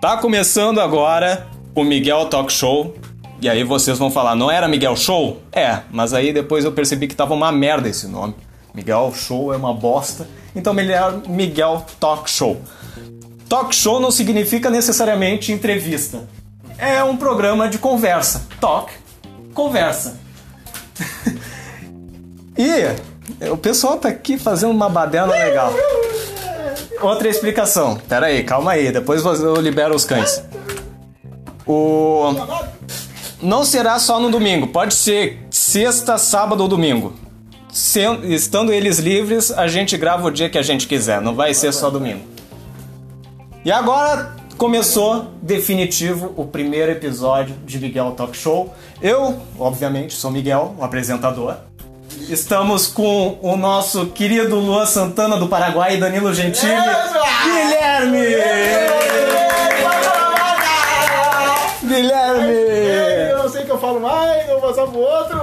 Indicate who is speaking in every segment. Speaker 1: Tá começando agora o Miguel Talk Show. E aí vocês vão falar, não era Miguel Show? É, mas aí depois eu percebi que tava uma merda esse nome. Miguel Show é uma bosta. Então melhor Miguel Talk Show. Talk show não significa necessariamente entrevista. É um programa de conversa. Talk, conversa. e o pessoal tá aqui fazendo uma badela legal. Outra explicação. Pera aí, calma aí. Depois eu libero os cães. O... Não será só no domingo. Pode ser sexta, sábado ou domingo. Sen- Estando eles livres, a gente grava o dia que a gente quiser. Não vai ser só domingo. E agora começou definitivo o primeiro episódio de Miguel Talk Show. Eu, obviamente, sou Miguel, o apresentador. Estamos com o nosso querido Luan Santana do Paraguai, Danilo Gentili, Guilherme! Guilherme!
Speaker 2: É. Eu não sei o que eu falo mais, eu vou passar pro outro.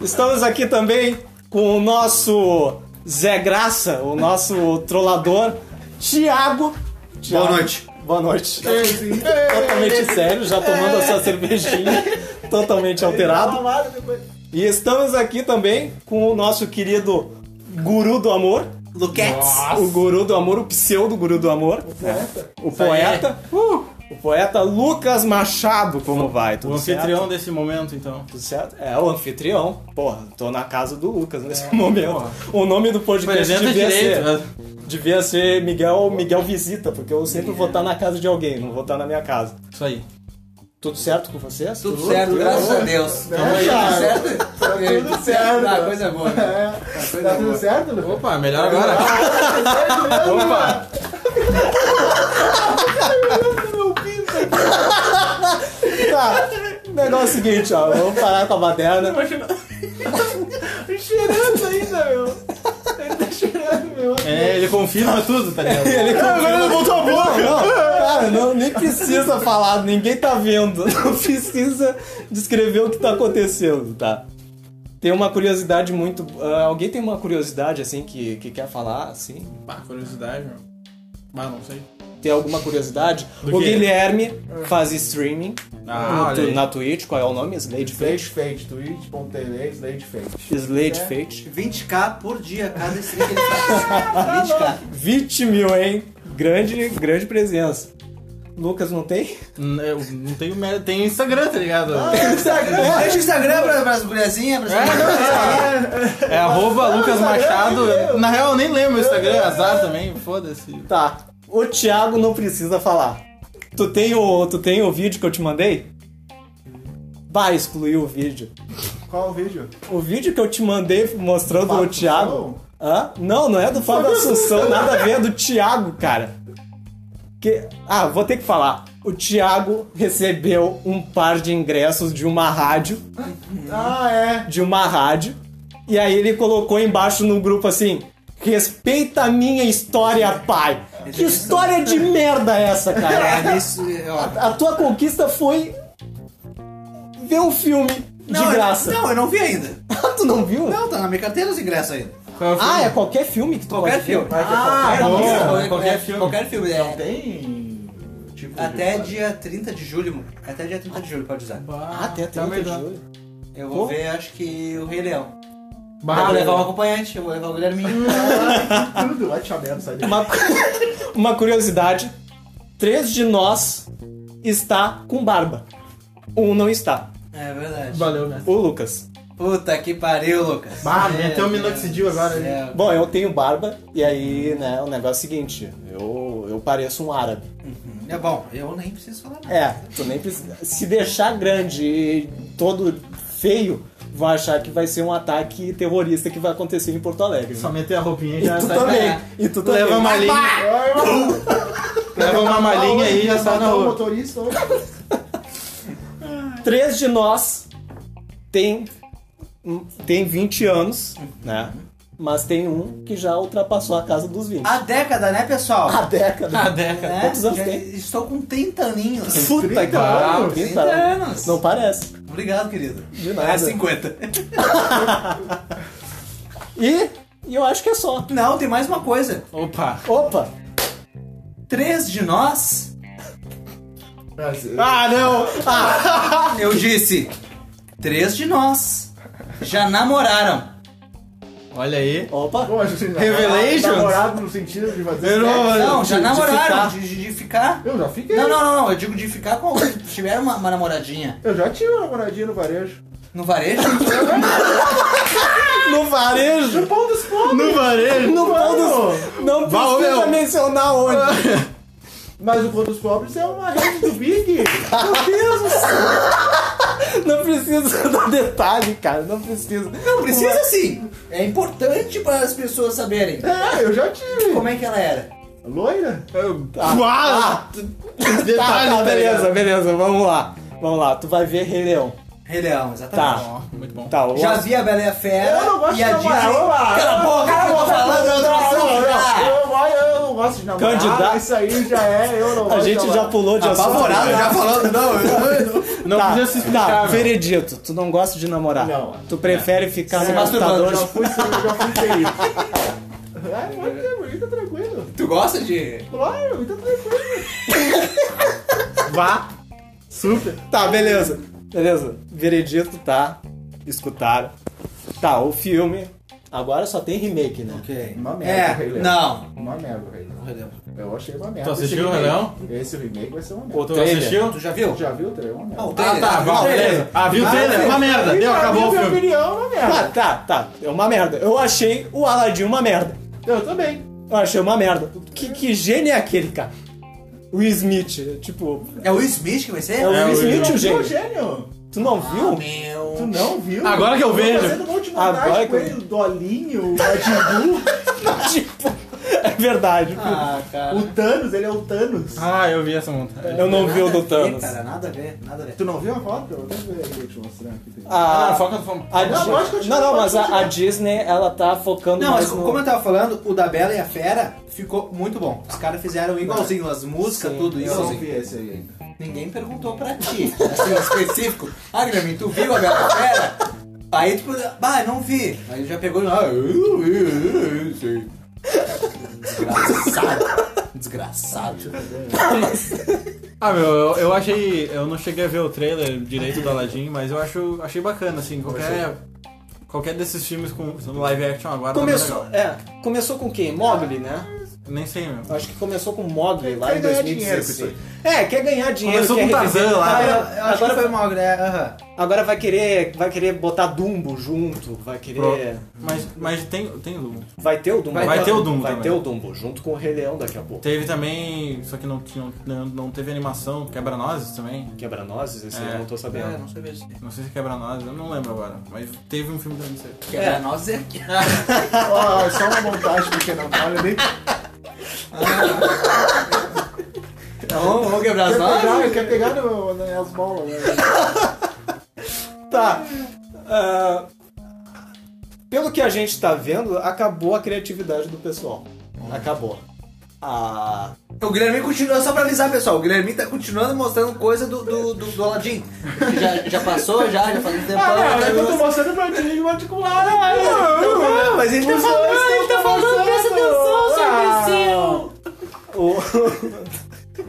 Speaker 1: Estamos aqui também com o nosso Zé Graça, o nosso trollador, Thiago. Thiago.
Speaker 3: noite.
Speaker 1: Boa noite. Totalmente sério, já tomando a sua cervejinha, totalmente alterado.
Speaker 2: Tomada depois.
Speaker 1: E estamos aqui também com o nosso querido guru do amor.
Speaker 3: Luquetes.
Speaker 1: O guru do amor, o pseudo guru do amor. né? O poeta. Uh, o poeta Lucas Machado, como vai? Tudo
Speaker 4: O anfitrião
Speaker 1: certo?
Speaker 4: desse momento, então.
Speaker 1: Tudo certo? É, o anfitrião. Porra, tô na casa do Lucas nesse momento. O nome do podcast
Speaker 4: Apresenta
Speaker 1: devia
Speaker 4: direito.
Speaker 1: ser,
Speaker 4: né?
Speaker 1: devia ser Miguel, Miguel Visita, porque eu sempre vou estar na casa de alguém, não vou estar na minha casa.
Speaker 4: É, Isso aí.
Speaker 1: Tudo certo com vocês?
Speaker 3: Tudo certo, graças a Deus. Tamo aí,
Speaker 2: cara.
Speaker 3: certo? Tá tudo certo. Ah, coisa boa. né? Tá coisa
Speaker 2: Tá tudo
Speaker 3: boa.
Speaker 2: certo, Lu?
Speaker 4: Opa, melhor agora.
Speaker 1: Opa! Tá, o negócio é o seguinte, ó, vamos parar com a baderna.
Speaker 2: Cheirando ainda, meu. Ele tá cheirando, meu.
Speaker 4: É, ele confirma tudo, tá ligado?
Speaker 1: Ele agora ele botou a boca! Não, cara, não, nem precisa falar, ninguém tá vendo. Não precisa descrever o que tá acontecendo, tá? Tem uma curiosidade muito. ah, alguém tem uma curiosidade assim que, que quer falar, assim?
Speaker 4: Pá, curiosidade, meu. Mas não sei.
Speaker 1: Tem alguma curiosidade?
Speaker 4: Do
Speaker 1: o
Speaker 4: quê?
Speaker 1: Guilherme faz streaming
Speaker 4: Ah,
Speaker 1: no tu-
Speaker 4: olha aí.
Speaker 1: na Twitch, qual é o nome? Slade
Speaker 2: Slate
Speaker 1: Fate?
Speaker 2: Fate, twitch.tv, Slate Fate.
Speaker 1: Slade Fate.
Speaker 3: 20k por dia, cada stream que ele faz. 20k.
Speaker 1: 20 mil, hein? Grande, grande presença. Lucas não tem?
Speaker 4: N- Eu não tenho mérito. Tem Instagram, tá ligado?
Speaker 3: Ah, Instagram. Deixa o Instagram pra, pras mulherzinhas, pras
Speaker 4: É arroba Lucas Machado. Na real, eu nem lembro o Instagram. é Azar também, foda-se.
Speaker 1: Tá. O Thiago não precisa falar. Tu tem o, tu tem o vídeo que eu te mandei? Vai excluir o vídeo.
Speaker 2: Qual o vídeo?
Speaker 1: O vídeo que eu te mandei mostrando
Speaker 2: Fábio
Speaker 1: o Thiago.
Speaker 2: Assunção?
Speaker 1: Hã? Não, não é do Fábio Assunção, nada a ver, é do Thiago, cara. Que... Ah, vou ter que falar. O Thiago recebeu um par de ingressos de uma rádio.
Speaker 3: Hum.
Speaker 2: Ah, é.
Speaker 1: De uma rádio. E aí ele colocou embaixo no grupo assim: Respeita a minha história, pai. Que história de merda é essa, cara?
Speaker 3: É, isso, ó.
Speaker 1: A tua conquista foi ver um filme
Speaker 3: Não,
Speaker 1: de graça.
Speaker 3: Eu, não, eu não vi ainda.
Speaker 1: tu não viu?
Speaker 3: Não, tá na minha carteira os ingressos ainda.
Speaker 4: Qual é o filme?
Speaker 1: Ah, é qualquer filme que tu
Speaker 3: Qualquer
Speaker 1: pode ver?
Speaker 3: filme. Ah,
Speaker 1: qualquer
Speaker 3: qualquer,
Speaker 1: filme.
Speaker 3: qualquer,
Speaker 4: Qualquer
Speaker 3: filme.
Speaker 4: filme.
Speaker 3: Qualquer filme,
Speaker 2: Não
Speaker 3: é.
Speaker 2: tem. Tipo
Speaker 3: Até dia 30 de julho, até dia 30 de julho pode usar.
Speaker 1: Ah, até
Speaker 4: tá
Speaker 1: 30 de
Speaker 4: melhor.
Speaker 1: julho.
Speaker 3: Eu vou
Speaker 1: Pô.
Speaker 3: ver, acho que o Rei Leão. eu
Speaker 4: Bah,
Speaker 3: vou levar um
Speaker 4: legal.
Speaker 3: acompanhante, eu vou levar o Guilherminho.
Speaker 2: Ah, tudo lá de chabelo, sai daqui.
Speaker 1: Uma, uma curiosidade: três de nós está com barba. Um não está.
Speaker 3: É verdade.
Speaker 4: Valeu, né?
Speaker 1: O Lucas.
Speaker 3: Puta que pariu, Lucas. É,
Speaker 4: Bah,
Speaker 3: Meu
Speaker 4: meteu um
Speaker 3: Deus
Speaker 4: minoxidil agora,
Speaker 3: do
Speaker 4: né?
Speaker 3: céu.
Speaker 1: Bom, eu tenho barba e aí, né, o negócio é o seguinte: eu, eu pareço um árabe.
Speaker 3: É bom, eu nem preciso falar nada.
Speaker 1: É, tu nem precisa. Se deixar grande e todo feio, vão achar que vai ser um ataque terrorista que vai acontecer em Porto Alegre. né?
Speaker 4: Só meter a roupinha e
Speaker 1: E
Speaker 4: já
Speaker 1: tu
Speaker 4: sai.
Speaker 1: também. E tu também.
Speaker 4: Leva uma linha.
Speaker 2: Ai, mano.
Speaker 4: Leva uma malinha aí e já sai
Speaker 2: Tá
Speaker 4: na
Speaker 2: Matar o
Speaker 4: rua.
Speaker 2: motorista. ó.
Speaker 1: Três de nós tem, tem 20 anos, né? Mas tem um que já ultrapassou a casa dos 20.
Speaker 3: A década, né, pessoal?
Speaker 1: A década.
Speaker 4: Ah, década.
Speaker 3: Né?
Speaker 1: quantos anos
Speaker 3: Já
Speaker 1: tem?
Speaker 3: Estou com 30 aninhos.
Speaker 1: Puta que
Speaker 2: 30
Speaker 1: pariu,
Speaker 2: anos,
Speaker 1: 30
Speaker 3: 30
Speaker 1: anos.
Speaker 3: anos.
Speaker 1: Não parece.
Speaker 3: É Obrigado, querido.
Speaker 1: De nada.
Speaker 3: É 50.
Speaker 1: E E, e eu acho que é só.
Speaker 3: Não, tem mais uma coisa.
Speaker 4: Opa.
Speaker 1: Opa!
Speaker 3: Três de nós.
Speaker 4: Ah, não!
Speaker 3: Eu disse. Três de nós. Já namoraram.
Speaker 4: Olha aí.
Speaker 1: Opa!
Speaker 2: Como assim, namorado-
Speaker 4: Revelations?
Speaker 2: Namorado no sentido de fazer.
Speaker 4: Ah, Eu não-
Speaker 3: Não, já
Speaker 4: de- de
Speaker 3: namoraram.
Speaker 4: ficar.
Speaker 3: De, de- de ficar.
Speaker 2: Eu já fiquei.
Speaker 3: Não, não, não, não. Eu digo de ficar com alguém. Tiveram uma, uma namoradinha
Speaker 2: Eu já tive uma namoradinha no varejo.
Speaker 3: no varejo.
Speaker 4: No varejo!
Speaker 2: Pão dos pobres!
Speaker 4: tá No varejo!
Speaker 1: Não,
Speaker 2: Mano!
Speaker 1: pode- não
Speaker 4: Bah,
Speaker 1: precisa
Speaker 4: meu.
Speaker 1: mencionar onde.
Speaker 2: Mas o Pão dos Pobres é uma rede do Big! Meu Deus do céu!
Speaker 1: Não precisa dar detalhe, cara. Não precisa.
Speaker 3: Não precisa sim. É importante para as pessoas saberem
Speaker 2: É, eu já tive!
Speaker 3: como é que ela era.
Speaker 2: Loira?
Speaker 4: Uau! Detalhe,
Speaker 1: Tá, tá,
Speaker 4: Ah, tá
Speaker 1: beleza,
Speaker 4: ligado?
Speaker 1: beleza. Vamos lá. Vamos lá. Tu vai ver Rei Leão.
Speaker 3: Rei Leão, exatamente.
Speaker 4: Ó, muito bom.
Speaker 1: Tá, o-
Speaker 3: Já vi a Bela e a Fera
Speaker 2: É, Eu não gosto
Speaker 3: e a
Speaker 2: de
Speaker 3: Disney.
Speaker 2: namorar, vamos lá.
Speaker 3: Cala a boca, eu tô falando, eu tô falando.
Speaker 2: Eu, eu não gosto de namorar.
Speaker 1: Candidato.
Speaker 2: Isso aí já é, eu não
Speaker 1: A
Speaker 2: gosto de
Speaker 1: gente já
Speaker 2: namorar.
Speaker 1: pulou
Speaker 3: Ah.
Speaker 1: de assunto.
Speaker 4: Apavorado,
Speaker 1: né?
Speaker 4: já falando, não. eu- eu- Não
Speaker 1: tá,
Speaker 4: precisa se explicar.
Speaker 1: tá, É.
Speaker 4: meu.
Speaker 1: veredito, tu não gosta de namorar.
Speaker 2: Não.
Speaker 1: Tu prefere ficar no
Speaker 3: masturbando,
Speaker 1: computador.
Speaker 2: Eu já fui, eu já fui feio. É, muito tranquilo, tá tranquilo.
Speaker 3: Tu gosta de.
Speaker 2: Claro, muito tranquilo.
Speaker 1: Vá. Super. Tá, beleza. Beleza. Veredito, tá. Escutaram. Tá, o filme. Agora só tem remake, né?
Speaker 3: Ok.
Speaker 2: Uma merda,
Speaker 3: É,
Speaker 2: Rei Leão.
Speaker 3: não.
Speaker 2: Uma merda, Rei Leão. Eu achei uma merda.
Speaker 4: Tu assistiu,
Speaker 2: Esse remake-
Speaker 4: Rei
Speaker 2: Esse remake vai ser uma merda.
Speaker 1: O
Speaker 4: Tu
Speaker 1: trailer.
Speaker 4: assistiu?
Speaker 3: Tu já viu?
Speaker 2: Já viu o trailer? É Uma merda.
Speaker 3: Não, o
Speaker 4: Ah,
Speaker 3: trailer.
Speaker 4: tá, bom, beleza. Ah, viu o trailer? Uma merda.
Speaker 2: E
Speaker 4: Deu,
Speaker 2: pra mim,
Speaker 4: acabou o
Speaker 2: minha
Speaker 4: filme.
Speaker 2: opinião é uma merda.
Speaker 1: Tá, tá, tá. É uma merda. Eu achei o Aladdin uma merda.
Speaker 2: Eu também.
Speaker 1: Eu achei uma merda. Que, que gênio é aquele, cara? O Smith. Tipo,
Speaker 3: É o Will Smith que vai ser?
Speaker 1: é o
Speaker 4: É, o
Speaker 1: Smith o
Speaker 2: Não viu,
Speaker 1: gênio.
Speaker 2: gênio?
Speaker 1: Tu não viu?
Speaker 3: Meu.
Speaker 2: Tu não viu?
Speaker 4: Agora que eu vejo.
Speaker 2: Tô fazendo um monte de
Speaker 1: Agora
Speaker 2: montagem
Speaker 1: que
Speaker 2: com
Speaker 1: eu-
Speaker 2: ele, o Dolinho, o Majin
Speaker 1: tipo, é verdade.
Speaker 3: Ah, cara.
Speaker 2: Buu, o Thanos, ele é o Thanos.
Speaker 4: Ah, eu vi essa montagem.
Speaker 1: eu não vi o do
Speaker 3: Nada a ver,
Speaker 1: Thanos.
Speaker 3: Cara, nada a ver, nada a ver.
Speaker 2: Tu não viu a foto? Eu tenho que ver te mostrar aqui. tem.
Speaker 1: Ah,
Speaker 4: Ah, foca no...
Speaker 1: A
Speaker 2: Não,
Speaker 1: Di-
Speaker 2: pode continuar,
Speaker 1: não, não,
Speaker 2: pode
Speaker 1: mas a,
Speaker 2: continuar.
Speaker 1: a Disney, ela tá focando
Speaker 3: Não, mas
Speaker 1: mais no...
Speaker 3: como é eu tava falando, o da Bela e a Fera ficou muito bom. Os caras fizeram igualzinho, as músicas,
Speaker 1: Sim.
Speaker 3: tudo
Speaker 2: eu não
Speaker 3: igualzinho.
Speaker 2: vi é esse aí ainda.
Speaker 3: Ninguém perguntou pra ti, assim, específico. Ah, Guilherme, tu viu a Bela e a Fera? Aí tu, ah, não vi. Aí já pegou e, ah, eu, eu, eu, eu sei. Desgraçado. Desgraçado.
Speaker 4: Ah, meu, eu, eu achei. Eu não cheguei a ver o trailer direito do Aladdin, mas eu acho, achei bacana, assim. Qualquer, qualquer desses filmes com sendo live action agora. tá bem
Speaker 1: Começou,
Speaker 4: legal.
Speaker 1: é, começou com quem? Mogli, né?
Speaker 4: Nem sei, meu.
Speaker 1: Acho que começou com Mogli lá
Speaker 2: Quer
Speaker 1: em
Speaker 2: ganhar dinheiro com
Speaker 1: 2016. É, quer ganhar dinheiro.
Speaker 4: Começou
Speaker 1: quer
Speaker 4: com Tarzan
Speaker 1: representar-
Speaker 4: lá, né?
Speaker 1: Agora, vai-
Speaker 3: uma é, aham.
Speaker 1: agora vai querer, vai querer botar Dumbo junto, vai querer...
Speaker 4: É. Mas, mas tem, tem Lu.
Speaker 1: Vai ter o Dumbo.
Speaker 4: Vai ter o Dumbo
Speaker 1: Vai
Speaker 4: também.
Speaker 1: ter o Dumbo, junto com o Rei Leão daqui a pouco.
Speaker 4: Teve também. Só que não, tinha- não, não teve animação, quebra-nozes também.
Speaker 1: Quebra-nozes? Esse
Speaker 4: É.
Speaker 1: eu não tô sabendo.
Speaker 3: É, não sabia disso.
Speaker 4: Não sei se é quebra-nozes, eu não lembro agora. Mas teve um filme também, não sei.
Speaker 3: Que é nós é aqui.
Speaker 2: Ó, é só uma montagem porque não olha nem.
Speaker 3: Então, vamos quebrar as
Speaker 2: Quer
Speaker 3: nozes?
Speaker 2: pegar, quer pegar no, nas bolas, né?
Speaker 1: Tá. Ah, pelo que a gente tá vendo, acabou a criatividade do pessoal. Acabou. Ah,
Speaker 3: O Guilherme continua, só pra avisar pessoal, o Guilherme tá continuando mostrando coisa do, do, do, do Aladdin. Já, já passou, já, já faz um tempão.
Speaker 2: Ah,
Speaker 3: já
Speaker 2: não, eu tô
Speaker 3: passou.
Speaker 2: mostrando pra ti, eu articular, né? Não, não,
Speaker 1: mas ele tá falando, ele tá falando, presta atenção, seu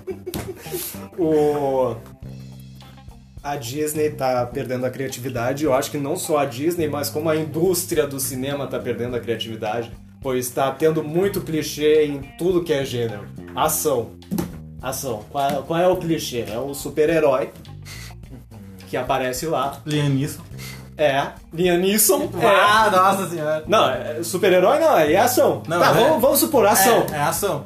Speaker 1: imbecil! O... o... A Disney tá perdendo a criatividade, eu acho que não só a Disney, mas como a indústria do cinema tá perdendo a criatividade, pois tá tendo muito clichê em tudo que é gênero. Ação. Ação. Qual, qual é o clichê? É o super-herói que aparece lá.
Speaker 4: Lianisson.
Speaker 1: É, Liam Neeson. É,
Speaker 4: Ah, nossa senhora.
Speaker 1: não, é- super-herói não, aí é ação.
Speaker 4: Não,
Speaker 1: tá,
Speaker 4: é-
Speaker 1: vamos, vamos supor, ação.
Speaker 4: É, é ação.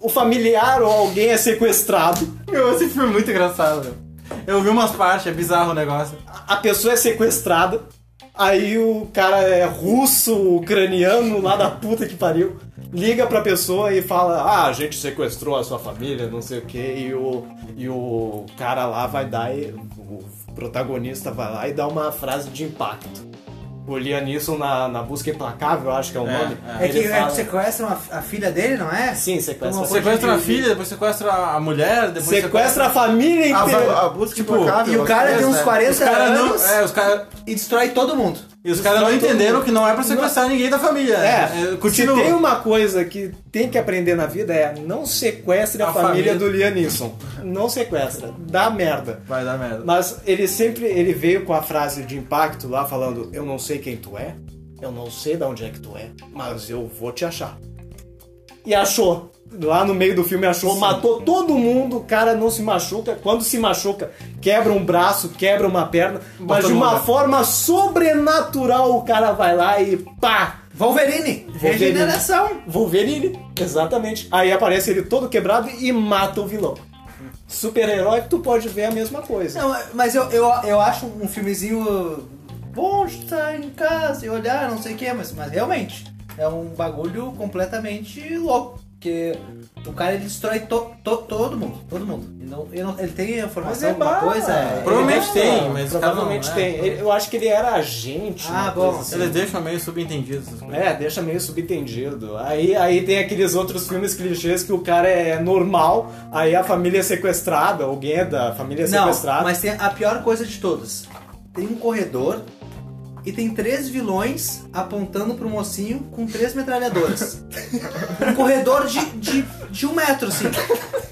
Speaker 1: O familiar ou alguém é sequestrado.
Speaker 4: Meu, esse filme é muito engraçado, meu. Eu vi umas partes, é bizarro o negócio.
Speaker 1: A pessoa é sequestrada. Aí o cara é russo, ucraniano, lá da puta que pariu. Liga pra pessoa e fala: Ah, a gente sequestrou a sua família, não sei o que. E o, e o cara lá vai dar. e- O protagonista vai lá e dá uma frase de impacto. O Lianisson na, na busca implacável, acho que é o
Speaker 4: É,
Speaker 1: nome.
Speaker 4: é.
Speaker 3: É que,
Speaker 1: ele
Speaker 3: é
Speaker 1: fala-
Speaker 3: que sequestram a, a filha dele, não é?
Speaker 1: Sim,
Speaker 4: um
Speaker 1: sequestra.
Speaker 3: Uma
Speaker 4: Tá, Sequestra a filha, depois sequestra a mulher, depois
Speaker 1: Sequestra a família
Speaker 2: A,
Speaker 1: inteira.
Speaker 2: a busca
Speaker 4: Tipo,
Speaker 2: implacável,
Speaker 3: E o cara
Speaker 2: vocês,
Speaker 3: tem uns
Speaker 2: né?
Speaker 3: 40
Speaker 4: Os caras
Speaker 3: anos
Speaker 4: não. É, os caras.
Speaker 3: e destrói todo mundo.
Speaker 4: E os caras não entenderam que não é pra sequestrar ninguém da família.
Speaker 1: É, se
Speaker 4: continua.
Speaker 1: tem uma coisa que tem que aprender na vida é não sequestre a,
Speaker 4: A
Speaker 1: família,
Speaker 4: família.
Speaker 1: do Lianisson. Não sequestra. Dá merda.
Speaker 4: Vai dar merda.
Speaker 1: Mas ele sempre ele veio com a frase de impacto lá falando: Eu não sei quem tu é, eu não sei de onde é que tu é, mas eu vou te achar. E achou. Lá no meio do filme achou, matou todo mundo, o cara não se machuca. Quando se machuca, quebra um braço, quebra uma perna, mas
Speaker 4: Bota
Speaker 1: de
Speaker 4: no
Speaker 1: uma
Speaker 4: lugar.
Speaker 1: forma sobrenatural o cara vai lá e pá!
Speaker 3: Wolverine, regeneração.
Speaker 1: Wolverine, exatamente. Aí aparece ele todo quebrado e mata o vilão. Super-herói, tu pode ver a mesma coisa.
Speaker 3: Não, mas eu, eu, eu acho um filmezinho bom de estar em casa e olhar, não sei o que, mas, mas realmente é um bagulho completamente louco. Porque o cara ele destrói to, to- todo mundo, todo mundo. E não, e não- ele tem a formação,
Speaker 1: Mas é
Speaker 3: alguma
Speaker 1: bala.
Speaker 3: coisa. é-
Speaker 4: Provavelmente
Speaker 1: Ele
Speaker 4: tem,
Speaker 1: não,
Speaker 4: mas o cara não
Speaker 1: provavelmente
Speaker 4: é.
Speaker 1: tem. Ele- eu acho que ele era agente.
Speaker 3: Ah,
Speaker 1: uma
Speaker 3: bom,
Speaker 1: coisa assim.
Speaker 4: Eles deixam meio subentendido essas coisas.
Speaker 1: É, deixa meio subentendido. Aí, aí tem aqueles outros filmes clichês que o cara é normal, aí a família é sequestrada, alguém é da família é
Speaker 3: Não,
Speaker 1: sequestrada.
Speaker 3: mas tem a pior coisa de todas. Tem um corredor e tem três vilões apontando pro mocinho com três metralhadoras. um corredor de, de, de um metro, assim.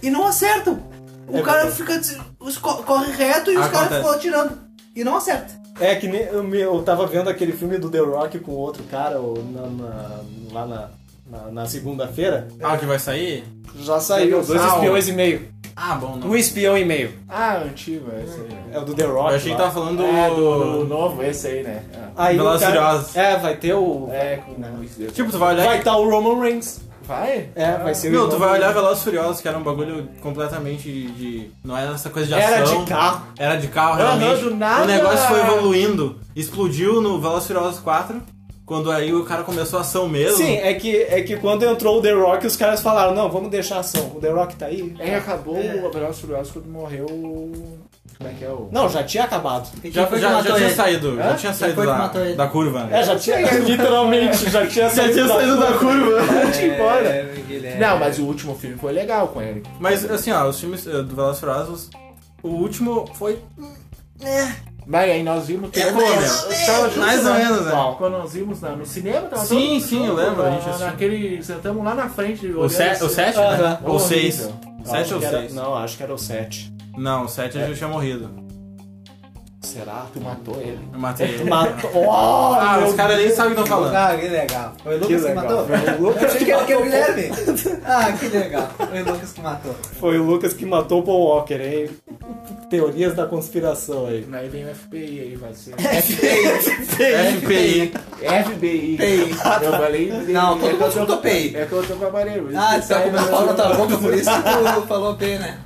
Speaker 3: E não acertam. O cara fica. des- Os, co- corre reto e os caras
Speaker 4: Acontece.
Speaker 3: ficam atirando. E não acerta.
Speaker 1: É que nem eu, me- eu tava vendo aquele filme do The Rock com outro cara ou na- na- lá na, na- na segunda-feira.
Speaker 4: Ah, o que vai sair?
Speaker 1: Já saiu, dois
Speaker 4: Ah,
Speaker 1: espiões e meio.
Speaker 4: Ah, bom, não.
Speaker 1: Um espião e meio.
Speaker 2: Ah, antigo, é esse aí.
Speaker 1: É o do The Rock.
Speaker 4: Eu achei
Speaker 1: lá.
Speaker 4: que tava falando
Speaker 2: É,
Speaker 4: do.
Speaker 2: do novo, esse aí, né?
Speaker 1: Aí o
Speaker 4: Velozes e
Speaker 1: cara...
Speaker 4: Furiosos.
Speaker 1: É, vai ter o.
Speaker 2: É, com o...
Speaker 4: Tipo, tu vai olhar.
Speaker 1: Vai estar o Roman Reigns.
Speaker 2: Vai?
Speaker 1: É, vai ser o
Speaker 4: Meu, tu
Speaker 1: irmão
Speaker 4: vai
Speaker 1: do-
Speaker 4: olhar Velozes e Furiosos, que era um bagulho completamente de... de- Não era essa coisa de
Speaker 1: Era
Speaker 4: ação.
Speaker 1: de carro.
Speaker 4: Era de carro,
Speaker 2: Aham,
Speaker 4: realmente.
Speaker 2: do nada.
Speaker 4: O negócio foi evoluindo. Explodiu no Velozes e Furiosos 4, quando aí o cara começou a ação mesmo.
Speaker 1: Sim, é que, é que quando entrou o The Rock, os caras falaram, não, vamos deixar a ação. O The Rock tá aí.
Speaker 2: É, acabou o Velozes e Furiosos quando morreu o... Como é que é o...
Speaker 1: Não, já tinha acabado.
Speaker 4: Já, já, já tinha saído, já
Speaker 2: Hã?
Speaker 4: tinha saído
Speaker 3: foi que
Speaker 4: da,
Speaker 3: matou ele?
Speaker 4: da curva. né?
Speaker 1: É, já tinha, literalmente, já tinha saído, da-
Speaker 2: curva. Antes de ir embora.
Speaker 4: É,
Speaker 3: Guilherme.
Speaker 2: Não, mas o último filme foi legal com ele.
Speaker 4: Mas assim, ó, os filmes eh, do Velozes e Furiosos, o último foi
Speaker 2: Mas aí nós vimos... que-
Speaker 4: É bom, meu.
Speaker 2: Eu tava junto,
Speaker 4: Mais ou
Speaker 2: né?
Speaker 4: menos, né?
Speaker 2: Qual? Quando nós vimos na- no cinema, tava
Speaker 4: Sim,
Speaker 2: todo mundo
Speaker 4: sim, eu
Speaker 2: junto,
Speaker 4: lembro, a gente
Speaker 2: na-
Speaker 4: assistiu.
Speaker 2: Naquele... Sentamos lá na frente. assim,
Speaker 4: o 7, o sete,
Speaker 3: É.
Speaker 4: né?
Speaker 2: Aham.
Speaker 4: Ou 6.
Speaker 2: Horrível.
Speaker 4: 7
Speaker 1: Acho
Speaker 4: ou
Speaker 1: que era-
Speaker 4: 6?
Speaker 1: Não, acho que era o 7.
Speaker 4: Não, o 7 eu já tinha morrido.
Speaker 1: Será?
Speaker 2: Tu matou ele.
Speaker 4: Eu matei ele.
Speaker 1: Matou. Oh,
Speaker 4: Ah,
Speaker 1: meu
Speaker 4: os caras nem sabem o que estão falando.
Speaker 3: Ah, que legal. Foi o
Speaker 1: Que
Speaker 3: Lucas que,
Speaker 1: legal.
Speaker 3: matou?
Speaker 1: Foi o Lucas
Speaker 3: Eu achei
Speaker 1: que
Speaker 3: que era que era o
Speaker 1: matou.
Speaker 3: Guilherme. Ah, que legal. Foi o Lucas que matou.
Speaker 1: Foi o Lucas que matou o Paul Walker, hein? Teorias da conspiração aí.
Speaker 2: Aí vem o FBI aí, vai ser. né?"
Speaker 4: FPI.
Speaker 2: FBI.
Speaker 3: PI.
Speaker 2: Eu falei.
Speaker 3: Não, todo
Speaker 2: é que eu
Speaker 3: mundo
Speaker 2: sou-
Speaker 3: escutou PI.
Speaker 2: É que eu sou cavareiro.
Speaker 3: Ah, você tá
Speaker 2: é
Speaker 3: comendo pau na tua boca, por isso que tu falou bem, né?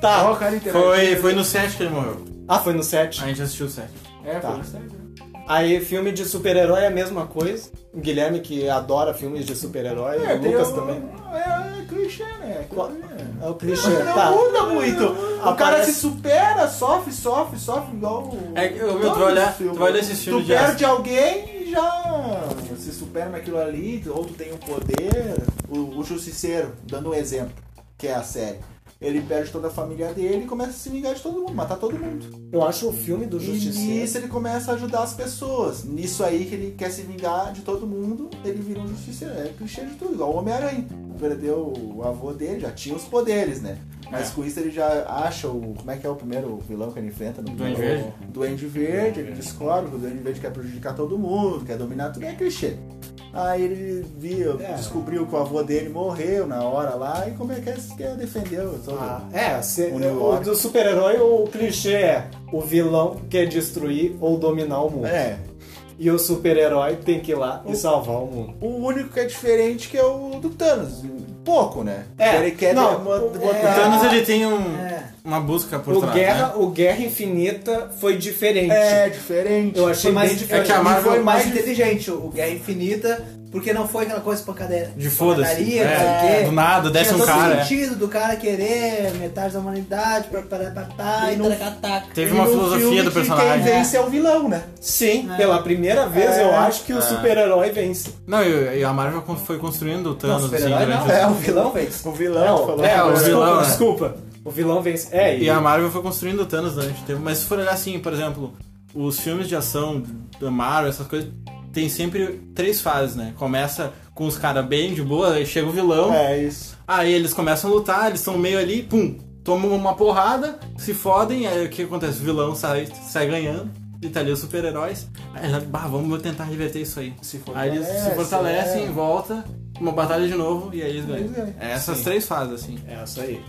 Speaker 1: Tá.
Speaker 2: o cara interagindo.
Speaker 4: Foi, foi no 7 que ele morreu.
Speaker 1: Ah, foi no 7.
Speaker 4: A gente assistiu o 7.
Speaker 2: É,
Speaker 1: Tá.
Speaker 2: foi no sério.
Speaker 1: Aí, filme de super-herói é a mesma coisa. O Guilherme, que adora filmes de super-herói,
Speaker 2: É,
Speaker 1: o
Speaker 2: tem
Speaker 1: Lucas
Speaker 2: o-
Speaker 1: também.
Speaker 2: É, é clichê, né?
Speaker 1: Qual-
Speaker 2: É.
Speaker 1: É o clichê,
Speaker 2: Não
Speaker 1: tá.
Speaker 2: muda muito. O cara
Speaker 1: Aparece-
Speaker 2: se supera, sofre, sofre, sofre igual. o-
Speaker 4: É que, ô, meu, tu
Speaker 2: todos
Speaker 4: vai olhar-
Speaker 2: os filmes.
Speaker 4: tu vai olhar esses filmes
Speaker 2: Tu
Speaker 4: de
Speaker 2: perde alguém e já se supera naquilo ali, ou tu tem um poder. O, o Justiceiro, dando um exemplo, que é a série. Ele perde toda a família dele e começa a se vingar de todo mundo, matar todo mundo.
Speaker 1: Eu acho o filme do
Speaker 2: E
Speaker 1: Justiceiro.
Speaker 2: nisso ele começa a ajudar as pessoas. Nisso aí que ele quer se vingar de todo mundo, ele vira um justiceiro. É clichê de tudo, igual o Homem-Aranha. Perdeu o avô dele, já tinha os poderes, né? Mas com isso ele já acha o. Como é que é o primeiro vilão que ele enfrenta? No
Speaker 4: Duende
Speaker 2: primeiro-
Speaker 4: Verde?
Speaker 2: Duende Verde, ele descobre que o Duende Verde quer prejudicar todo mundo, quer dominar tudo, é clichê. Aí ele viu,
Speaker 1: É.
Speaker 2: descobriu que o avô dele morreu na hora lá, e como é que é que quer defender o todo.
Speaker 1: Ah, é, se-
Speaker 2: O
Speaker 1: o,
Speaker 2: New York.
Speaker 1: do super-herói o clichê é o vilão quer destruir ou dominar o mundo.
Speaker 2: É.
Speaker 1: E o super-herói tem que ir lá e salvar o mundo.
Speaker 2: O único que é diferente que é o do Thanos. Pouco, né?
Speaker 1: É,
Speaker 2: Ele quer
Speaker 1: não,
Speaker 2: uma-
Speaker 1: o-
Speaker 2: botar-
Speaker 4: O Thanos ele tem um-
Speaker 3: É.
Speaker 4: uma busca por
Speaker 1: O
Speaker 4: trás.
Speaker 1: Guerra,
Speaker 4: né?
Speaker 1: o Guerra Infinita foi diferente.
Speaker 2: É, diferente.
Speaker 1: Eu achei mais
Speaker 3: mais
Speaker 1: bem
Speaker 3: é
Speaker 1: diferente.
Speaker 4: que a Marvel-
Speaker 3: foi mais
Speaker 2: mais
Speaker 3: inteligente o Guerra Infinita, porque não foi aquela coisa pancadaria.
Speaker 4: De foda-se.
Speaker 3: pancadaria, não sei o
Speaker 4: É,
Speaker 3: quê.
Speaker 4: do nada, desce
Speaker 3: Tinha
Speaker 4: um
Speaker 3: todo
Speaker 4: cara. é.
Speaker 3: sentido do cara querer metade da humanidade pra parar pra tá e
Speaker 2: E não-
Speaker 3: taca-taca.
Speaker 4: Teve
Speaker 2: E
Speaker 4: uma
Speaker 2: no
Speaker 4: filosofia
Speaker 2: filme
Speaker 4: do
Speaker 2: que
Speaker 4: personagem.
Speaker 2: Quem vence é o vilão, né?
Speaker 1: Sim,
Speaker 3: É.
Speaker 1: pela primeira vez
Speaker 2: É.
Speaker 1: eu acho que o
Speaker 4: É.
Speaker 1: super-herói vence.
Speaker 4: Não, e, e a Marvel con- foi construindo o Thanos assim
Speaker 3: super-herói
Speaker 4: durante
Speaker 3: não,
Speaker 4: os-
Speaker 3: é o vilão, velho.
Speaker 2: O vilão
Speaker 1: Não,
Speaker 2: falou.
Speaker 1: é,
Speaker 4: o
Speaker 1: desculpa,
Speaker 4: vilão, né?
Speaker 1: desculpa. O vilão vence. É, e,
Speaker 4: E a Marvel foi construindo o Thanos durante o tempo. Mas se for olhar assim, por exemplo, os filmes de ação da Marvel, essas coisas, tem sempre três fases, né? Começa com os caras bem de boa, aí chega o vilão,
Speaker 2: É isso.
Speaker 4: aí eles começam a lutar, eles estão meio ali, pum, tomam uma porrada, se fodem, aí o que acontece? O vilão sai, sai ganhando, e tá ali os super-heróis. Aí, eles, bah, vamos tentar reverter isso aí.
Speaker 2: Se
Speaker 4: Aí eles se
Speaker 2: fortalece,
Speaker 4: fortalecem,
Speaker 2: é.
Speaker 4: volta, uma batalha de novo e aí eles
Speaker 2: Eles
Speaker 4: ganham.
Speaker 2: ganham.
Speaker 4: É essas
Speaker 1: Sim.
Speaker 4: três fases, assim.
Speaker 1: É essa aí.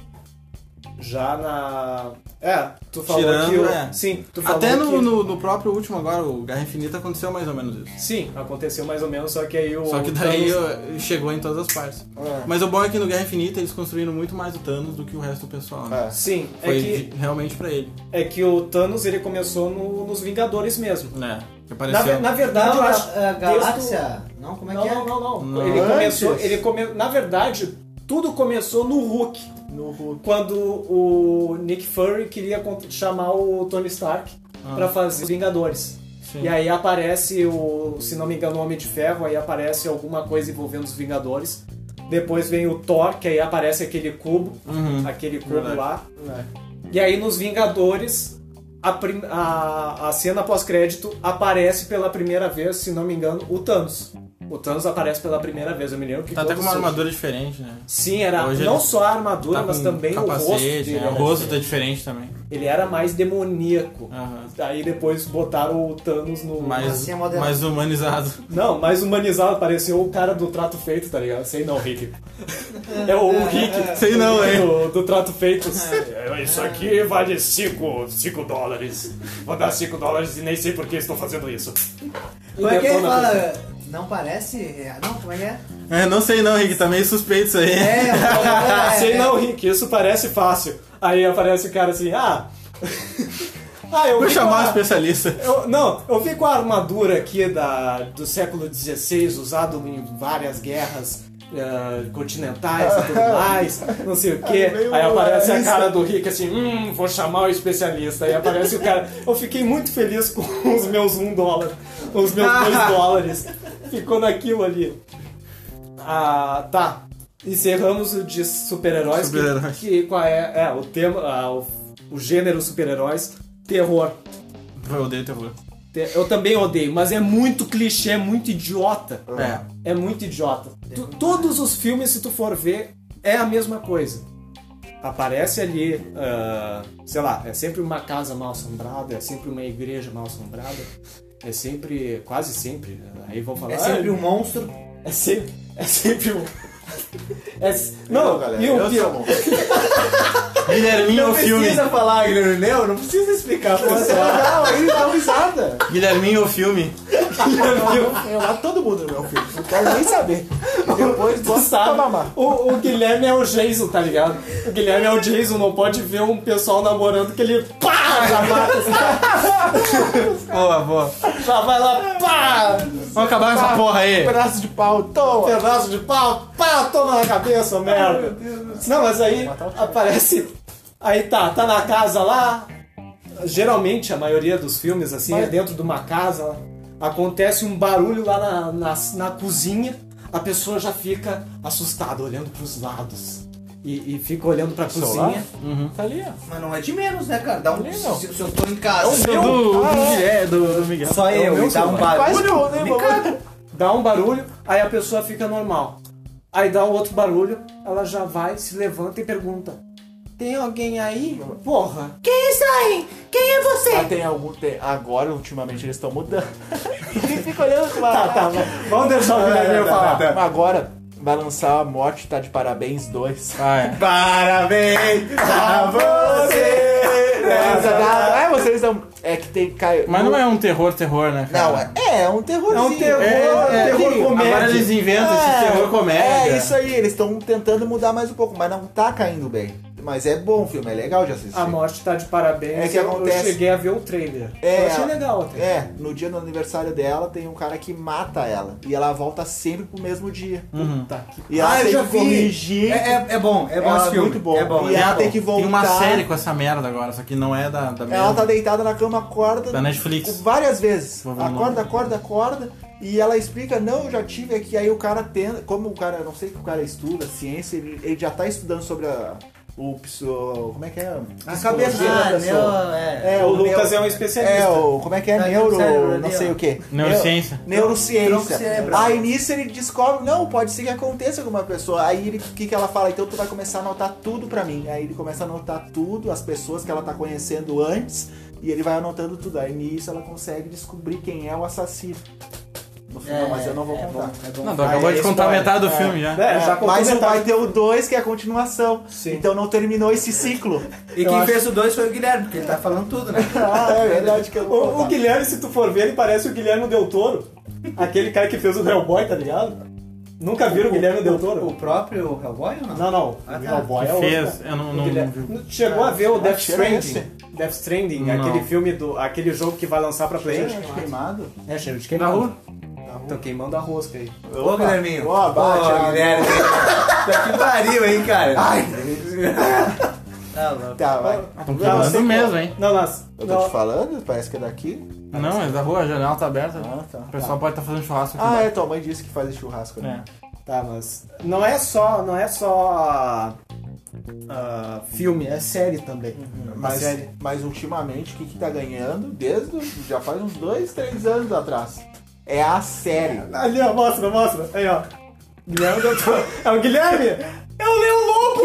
Speaker 1: Já na. É, tu falou
Speaker 4: Tirando,
Speaker 1: que. O...
Speaker 4: é.
Speaker 1: Sim, tu falou
Speaker 4: Até
Speaker 1: que-
Speaker 4: no, no, no próprio último agora, o Guerra Infinita, aconteceu mais ou menos isso.
Speaker 1: Sim, aconteceu mais ou menos, só que aí o.
Speaker 4: Só que daí
Speaker 1: Thanos-
Speaker 4: eu- chegou em todas as partes.
Speaker 2: É.
Speaker 4: Mas o bom é que no Guerra Infinita eles construíram muito mais o Thanos do que o resto do pessoal. Né?
Speaker 2: É.
Speaker 1: Sim,
Speaker 4: Foi
Speaker 1: é que,
Speaker 4: de- realmente pra ele.
Speaker 1: é que o Thanos ele começou no- nos Vingadores mesmo.
Speaker 4: Né? Que
Speaker 1: Na,
Speaker 4: apareceu.
Speaker 1: ve- na verdade,
Speaker 3: Não,
Speaker 1: eu
Speaker 3: a,
Speaker 1: acho.
Speaker 3: a
Speaker 1: desde
Speaker 3: galáxia. Não, como
Speaker 1: o-
Speaker 3: é
Speaker 1: Não,
Speaker 3: que é?
Speaker 1: não, não,
Speaker 4: Não.
Speaker 1: não. Ele
Speaker 2: Antes.
Speaker 1: começou. Ele come... Na verdade, tudo começou no Hulk.
Speaker 2: No Hulk.
Speaker 1: Quando o Nick Fury queria cont- chamar o Tony Stark
Speaker 4: Ah.
Speaker 1: pra fazer os Vingadores.
Speaker 4: Sim.
Speaker 1: E aí aparece o, se não me engano, o Homem de Ferro, aí aparece alguma coisa envolvendo os Vingadores. Depois vem o Thor, que aí aparece aquele cubo,
Speaker 4: Uhum.
Speaker 1: aquele cubo
Speaker 4: Verdade.
Speaker 1: lá.
Speaker 2: né?
Speaker 1: E aí nos Vingadores, a, prim- a- a cena pós-crédito aparece pela primeira vez, se não me engano, o Thanos. O Thanos aparece pela primeira vez, eu me lembro que.
Speaker 4: Tá até com uma
Speaker 1: todos-
Speaker 4: armadura diferente, né?
Speaker 1: Sim, era
Speaker 4: Hoje
Speaker 1: não
Speaker 4: ele
Speaker 1: só a armadura,
Speaker 4: Tá
Speaker 1: mas
Speaker 4: com
Speaker 1: também o rosto
Speaker 4: capacete,
Speaker 1: dele.
Speaker 4: né?
Speaker 1: era
Speaker 4: O rosto tá
Speaker 1: diferente.
Speaker 4: diferente também.
Speaker 1: Ele era mais demoníaco.
Speaker 4: Aham.
Speaker 1: Aí depois botaram o Thanos no.
Speaker 4: Mais,
Speaker 3: Assim é moderno.
Speaker 4: mais humanizado.
Speaker 1: Não, mais humanizado, pareceu o cara do trato feito, tá ligado? Sei não, Rick. É o Rick.
Speaker 4: Sei não, hein?
Speaker 1: Do, do trato feito. É, Isso aqui vale 5 dólares. Vou dar 5 dólares e nem sei por que estou fazendo isso.
Speaker 3: Como é que ele
Speaker 1: Detona
Speaker 3: fala?
Speaker 1: tudo.
Speaker 3: Não parece. real. Não, como é que é?
Speaker 4: É, não sei não, Rick, tá meio suspeito isso aí.
Speaker 3: É,
Speaker 1: Ah,
Speaker 3: é,
Speaker 1: sei
Speaker 3: é.
Speaker 1: não, Rick, isso parece fácil. Aí aparece o cara assim, ah. ah, eu
Speaker 4: Vou
Speaker 1: vi
Speaker 4: chamar o
Speaker 1: uma-
Speaker 4: especialista.
Speaker 1: Eu- não, eu vi com a armadura aqui da, do século XVI, usado em várias guerras eh, continentais e tudo mais, não sei o quê.
Speaker 2: Aí veio
Speaker 1: Aí
Speaker 2: o
Speaker 1: aparece a
Speaker 2: analista.
Speaker 1: cara do Rick assim, hum, vou chamar o especialista. Aí aparece o cara. Eu fiquei muito feliz com os meus um dólar, os meus dois dólares. Ficou naquilo ali. Ah, tá. Encerramos o de super-heróis. que-
Speaker 4: Super-heróis.
Speaker 1: que, qual é, é, o tema, ah, o, o gênero super-heróis, terror.
Speaker 4: Eu odeio terror.
Speaker 1: Te- Eu também odeio, mas é muito clichê, é muito idiota.
Speaker 4: É.
Speaker 1: É muito idiota. Tu- todos os filmes, se tu for ver, é a mesma coisa. Aparece ali, ah, sei lá, é sempre uma casa mal assombrada, é sempre uma igreja mal assombrada, é sempre, quase sempre, né? aí vão falar.
Speaker 3: É sempre
Speaker 1: "Ah,
Speaker 3: um monstro.
Speaker 1: É sempre, é sempre um. É se- não,
Speaker 2: Não, galera,
Speaker 1: e o
Speaker 2: eu
Speaker 1: pior-
Speaker 2: sou-
Speaker 4: Guilherminho é o filme.
Speaker 3: falar, Guilherme, não, não precisa explicar pra
Speaker 2: Isso é legal, aí dá risada.
Speaker 4: Guilherminho é o filme.
Speaker 2: Eu, eu mato todo mundo no meu filho. Não quero nem saber. Depois
Speaker 1: Tu
Speaker 2: bota pra
Speaker 1: sabe,
Speaker 2: mamar.
Speaker 1: o, o Guilherme é o Jason, tá ligado? O Guilherme é o Jason, não pode ver um pessoal namorando que ele pá, já mata, assim,
Speaker 4: Boa, boa.
Speaker 1: já vai lá, pá,
Speaker 4: Vamos acabar com essa porra aí.
Speaker 2: Pedaço de pau, toma.
Speaker 1: pedaço de pau, pá, toma na cabeça, merda. Não, mas aí aparece, aí tá, tá na casa lá, geralmente a maioria dos filmes, assim, é dentro de uma casa, acontece um barulho lá na, na, na cozinha, a pessoa já fica assustada, olhando pros lados. E, e fica olhando pra
Speaker 2: Celular?
Speaker 1: cozinha. Tá ali, ó.
Speaker 3: Mas não é de menos, né, cara? Dá um.
Speaker 2: Não é não.
Speaker 3: Se, se eu tô em casa.
Speaker 4: Do, do,
Speaker 1: É,
Speaker 4: Guilherme, do, do Miguel.
Speaker 3: Só eu, me dá um
Speaker 2: Faz
Speaker 3: barulho.
Speaker 2: tudo, hein, mamãe?
Speaker 1: dá um barulho, aí a pessoa fica normal. Aí dá um outro barulho, ela já vai, se levanta e pergunta: Tem alguém aí? Porra!
Speaker 3: Quem sai? Quem é você?
Speaker 2: Ah, tem algum tem. Agora, ultimamente, eles estão mudando. Fica olhando Tá, com uma...
Speaker 1: Tá, tá, vamos deixar o Guilherme falar.
Speaker 2: Agora, vai lançar a morte, tá de parabéns 2.
Speaker 4: Ah, é.
Speaker 2: Parabéns
Speaker 1: Ah,
Speaker 2: a você! nessa data. Ah, vocês não. É que tem. Caiu.
Speaker 4: Mas não é um terror, terror, né? Cara?
Speaker 2: Não, é- é um terrorzinho.
Speaker 1: É um terror,
Speaker 4: é,
Speaker 1: terror
Speaker 4: sim.
Speaker 1: comédia.
Speaker 4: Agora eles inventam esse terror comédia.
Speaker 2: É Ah, isso aí, eles estão tentando mudar mais um pouco, mas não tá caindo bem. Mas é bom o filme, é legal de assistir.
Speaker 1: A morte tá de parabéns.
Speaker 2: É que
Speaker 1: eu-
Speaker 2: acontece-
Speaker 1: Eu cheguei a ver o trailer.
Speaker 2: É,
Speaker 1: eu achei
Speaker 2: ela-
Speaker 1: legal até.
Speaker 2: É, no dia do aniversário dela tem um cara que mata ela. E ela volta sempre pro mesmo dia.
Speaker 4: Uhum.
Speaker 1: Puta que-
Speaker 2: E ela
Speaker 3: Ah, eu
Speaker 2: tem
Speaker 3: já
Speaker 2: que
Speaker 3: vi.
Speaker 2: corrigir.
Speaker 3: É, é, é bom, é bom
Speaker 2: Ela
Speaker 3: esse
Speaker 2: é
Speaker 3: filme.
Speaker 2: muito bom.
Speaker 3: É bom.
Speaker 2: E
Speaker 3: é
Speaker 2: ela
Speaker 3: bom.
Speaker 2: tem que voltar.
Speaker 4: Tem uma série com essa merda agora, só que não é da, da
Speaker 2: Ela
Speaker 4: mesma.
Speaker 2: tá deitada na cama, acorda.
Speaker 4: Da Tá Netflix.
Speaker 2: Várias vezes.
Speaker 4: Vou ver o nome.
Speaker 2: Acorda, acorda, acorda. E ela explica, não, eu já tive aqui. Aí o cara tenta. Como o cara, não sei que o cara estuda ciência, ele, ele já tá estudando sobre a,
Speaker 5: o psico... Como é que é?
Speaker 3: A
Speaker 5: Psicologia
Speaker 3: cabeça
Speaker 5: da
Speaker 3: ah,
Speaker 5: pessoa.
Speaker 3: meu, é.
Speaker 5: É,
Speaker 1: O
Speaker 5: o
Speaker 1: Lucas
Speaker 5: meu-
Speaker 1: é um
Speaker 5: É,
Speaker 1: especialista.
Speaker 5: o, como é que é?
Speaker 3: Não,
Speaker 5: Neuro,
Speaker 3: Tá cérebro,
Speaker 5: não
Speaker 3: ali,
Speaker 5: sei
Speaker 3: ó.
Speaker 5: o quê.
Speaker 4: Neurociência.
Speaker 5: Neu-
Speaker 3: Tronco
Speaker 5: Neurociência.
Speaker 3: cerebral.
Speaker 5: Aí nisso ele descobre, não, pode ser que aconteça com uma pessoa. Aí ele- o que, que ela fala? Então tu vai começar a anotar tudo pra mim. Aí ele começa a anotar tudo, as pessoas que ela tá conhecendo antes, e ele vai anotando tudo. Aí nisso ela consegue descobrir quem é o assassino. No final, mas eu não vou
Speaker 3: é
Speaker 5: contar.
Speaker 3: bom, é bom.
Speaker 4: Não, tu acabou de contar
Speaker 1: spoiler.
Speaker 4: metade do
Speaker 5: É.
Speaker 4: filme já.
Speaker 1: É, já
Speaker 5: É, mas
Speaker 1: complementado.
Speaker 5: vai ter o 2, que é a continuação.
Speaker 1: Sim.
Speaker 5: Então não terminou esse ciclo.
Speaker 3: E
Speaker 1: Eu
Speaker 3: quem
Speaker 1: acho-
Speaker 3: fez o dois foi o Guilherme, porque ele tá falando tudo, né?
Speaker 5: ah, é verdade que eu vou
Speaker 1: O, o
Speaker 5: contar.
Speaker 1: Guilherme, se tu for ver, ele parece o Guilherme Del Toro. Aquele cara que fez o Hellboy, tá ligado? Nunca viram o Guilherme Del Toro?
Speaker 3: O próprio Hellboy ou não?
Speaker 1: Não, não.
Speaker 3: Ah,
Speaker 1: o
Speaker 3: tá.
Speaker 1: Hellboy é
Speaker 4: Que
Speaker 1: outro. Ah,
Speaker 4: fez, um
Speaker 1: né?
Speaker 4: eu não-
Speaker 1: O
Speaker 4: não-
Speaker 1: Guilherme- Chegou a ver o Death Stranding. Death Stranding,
Speaker 4: Não.
Speaker 1: aquele filme do. aquele jogo que vai lançar pra
Speaker 5: Cheiro
Speaker 1: Play.
Speaker 5: de queimado?
Speaker 1: É, cheiro de
Speaker 4: Na
Speaker 1: queimado.
Speaker 4: rua?
Speaker 1: Estão queimando a rosca aí.
Speaker 3: Ô, Guilherminho.
Speaker 5: Ó, bate,
Speaker 3: Ô,
Speaker 5: ó.
Speaker 3: Guilherme. Tá que pariu, hein, cara? Ai. Tá louco.
Speaker 5: Tá, vai.
Speaker 4: Estão
Speaker 1: Não,
Speaker 4: queimando
Speaker 1: sei
Speaker 4: mesmo,
Speaker 1: qual.
Speaker 4: hein?
Speaker 1: Não, mas.
Speaker 5: Eu tô
Speaker 1: não.
Speaker 5: te falando, parece que é daqui.
Speaker 4: Não, é da rua, a janela tá aberta.
Speaker 5: Ah, tá.
Speaker 4: O pessoal pode estar fazendo churrasco aqui.
Speaker 5: Ah,
Speaker 4: embaixo.
Speaker 5: é, tua mãe disse que faz churrasco, né?
Speaker 4: É.
Speaker 1: Tá, mas. Não é só. Não é só. ah, filme, é série também.
Speaker 5: Mas,
Speaker 1: Mas.
Speaker 5: mas ultimamente o que, que tá ganhando? Desde o- já faz uns dois, três anos atrás. É a série.
Speaker 1: Ali, ó, mostra, mostra. Aí, ó. Guilherme Del Toro. É o Guilherme? É o Leão Lobo!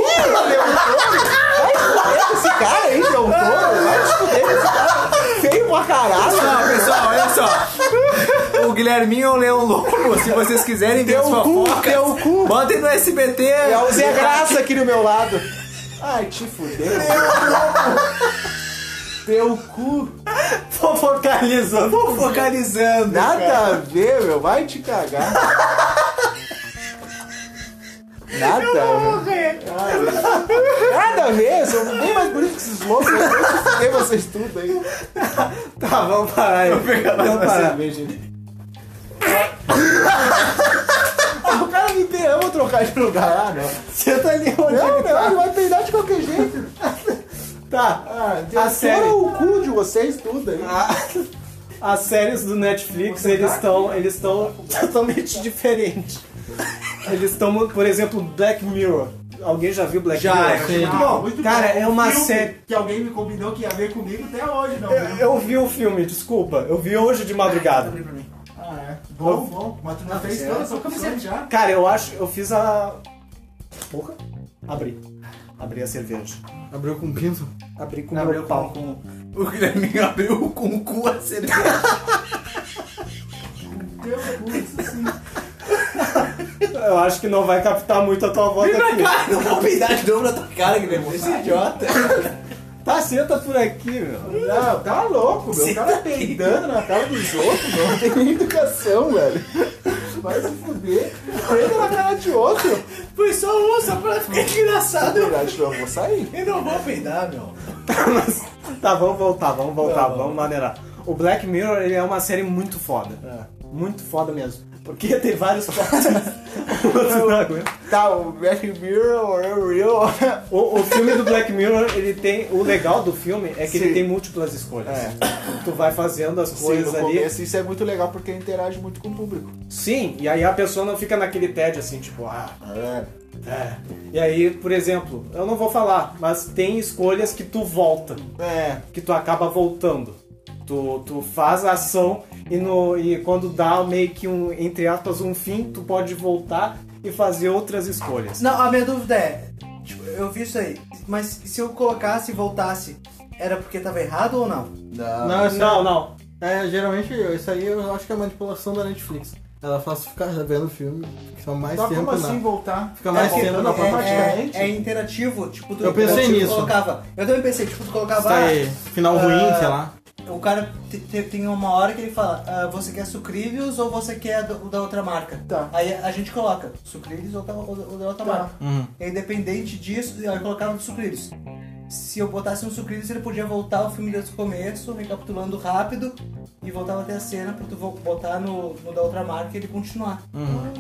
Speaker 5: Esse cara aí, é Del Toro, vai te fuder, esse cara feio pra caralho.
Speaker 3: Pessoal, pessoal, olha só. O Guilherminho é o Leão Lobo. Se vocês quiserem ver
Speaker 5: Teu
Speaker 3: as
Speaker 5: cu,
Speaker 3: fofocas,
Speaker 5: teu cu.
Speaker 3: botem no SBT.
Speaker 5: É o Zé Graça aqui do meu lado. Ai, te fudeu. Teu cu.
Speaker 1: Fofocalizando.
Speaker 3: Focalizando.
Speaker 5: Nada a ver, meu. Vai te cagar. Nada. a ver. Ai, Nada a ver. Eu sou bem mais bonito que esses loucos. Eu vou fuder vocês tudo aí.
Speaker 1: Então
Speaker 3: Tá, vamos parar aí. Vamos parar.
Speaker 5: Ah, o cara me derrama trocar de lugar. Ah, não.
Speaker 1: Você tá ali onde
Speaker 5: Não,
Speaker 1: ele
Speaker 5: não. Ele
Speaker 1: tá.
Speaker 5: vai peidar de qualquer jeito.
Speaker 1: Tá.
Speaker 5: Ah, Deus,
Speaker 1: série.
Speaker 5: o cu de vocês tudo aí.
Speaker 1: As séries do Netflix, eles estão eles estão totalmente diferentes. Eles estão, por exemplo, Black Mirror. Alguém já viu Black
Speaker 3: Já,
Speaker 1: Mirror?
Speaker 3: eu achei muito
Speaker 2: Ah,
Speaker 1: bom. cara, é uma série.
Speaker 5: Que alguém me combinou que ia ver comigo até hoje, não.
Speaker 1: Eu, eu vi o filme, desculpa. Eu vi hoje de madrugada.
Speaker 5: Ah, é. Bom, bom. Mas tu não, fez todas as opções já.
Speaker 1: Cara, eu acho, eu fiz a. Porra? Abri. Abri a cerveja.
Speaker 4: Abriu com pinto.
Speaker 1: Abri com o
Speaker 3: Abriu
Speaker 1: meu pau.
Speaker 3: com, com... O Guilherminho abriu com o cu a cerveja.
Speaker 5: Teu cu, isso sim.
Speaker 1: Eu acho que não vai captar muito a tua voz
Speaker 3: Tá
Speaker 1: aqui.
Speaker 3: Cara, não vou peidar de novo na tua cara, Guilherme. Esse é idiota.
Speaker 1: Tá, senta por aqui, meu.
Speaker 5: Não, tá louco, meu. O cara peidando na cara dos outros, meu. Não tem nem educação, velho. Vai se fuder. Peida na cara de outro.
Speaker 3: Foi só um, só pra ficar
Speaker 5: Na
Speaker 3: engraçado.
Speaker 5: verdade, não, eu vou sair.
Speaker 3: Eu não vou peidar, meu.
Speaker 1: Tá, vamos voltar, vamos voltar,
Speaker 3: Não,
Speaker 1: vamos,
Speaker 3: vamos.
Speaker 1: maneirar. O Black Mirror ele é uma série muito foda. Muito foda mesmo. Porque tem vários plots. Você não aguenta.
Speaker 5: Tá, o Black Mirror é real.
Speaker 1: o, o filme do Black Mirror, ele tem. O legal do filme é que ele
Speaker 5: Sim.
Speaker 1: tem múltiplas escolhas.
Speaker 5: É.
Speaker 1: Tu vai fazendo as
Speaker 5: Sim,
Speaker 1: coisas
Speaker 5: no
Speaker 1: ali.
Speaker 5: começo isso é muito legal porque interage muito com o público.
Speaker 1: Sim, e aí a pessoa não fica naquele tédio assim, tipo, ah,
Speaker 5: É.
Speaker 1: é. E aí, por exemplo, eu não vou falar, mas tem escolhas que tu volta.
Speaker 5: É.
Speaker 1: que tu acaba voltando. Tu, tu faz a ação e, no, e quando dá meio que um, entre aspas, um fim, tu pode voltar e fazer outras escolhas.
Speaker 3: Não, a minha dúvida é... Tipo, eu vi isso aí. Mas se eu colocasse e voltasse, era porque tava errado ou não?
Speaker 5: Não.
Speaker 4: Não, isso
Speaker 1: Não, não.
Speaker 4: É, geralmente, isso aí eu acho que é manipulação da Netflix. Ela faz ficar vendo filme, fica mais
Speaker 5: Tá,
Speaker 4: tempo né?
Speaker 5: como assim voltar?
Speaker 4: Fica mais
Speaker 5: é,
Speaker 4: tempo
Speaker 5: voltando
Speaker 4: na
Speaker 5: automaticamente?
Speaker 3: É, é interativo, tipo, tu,
Speaker 4: assim, Eu pensei
Speaker 3: tu
Speaker 4: nisso.
Speaker 3: colocava. Eu também pensei, tipo, tu colocava.
Speaker 4: final ruim, sei lá.
Speaker 3: ah, o cara te- te- tem uma hora que ele fala, ah, você quer sucrilhos ou você quer do- o da outra marca?
Speaker 5: Tá.
Speaker 3: Aí a gente coloca, sucrilhos ou da, ou da outra
Speaker 5: Tá.
Speaker 3: marca.
Speaker 4: Uhum.
Speaker 3: E independente disso, aí eu colocava dos sucrilhos. Se eu botasse um sucrilhos, ele podia voltar o filme desde o começo, recapitulando rápido, e voltava até a cena pra tu vo- botar no, no da outra marca e ele continuar.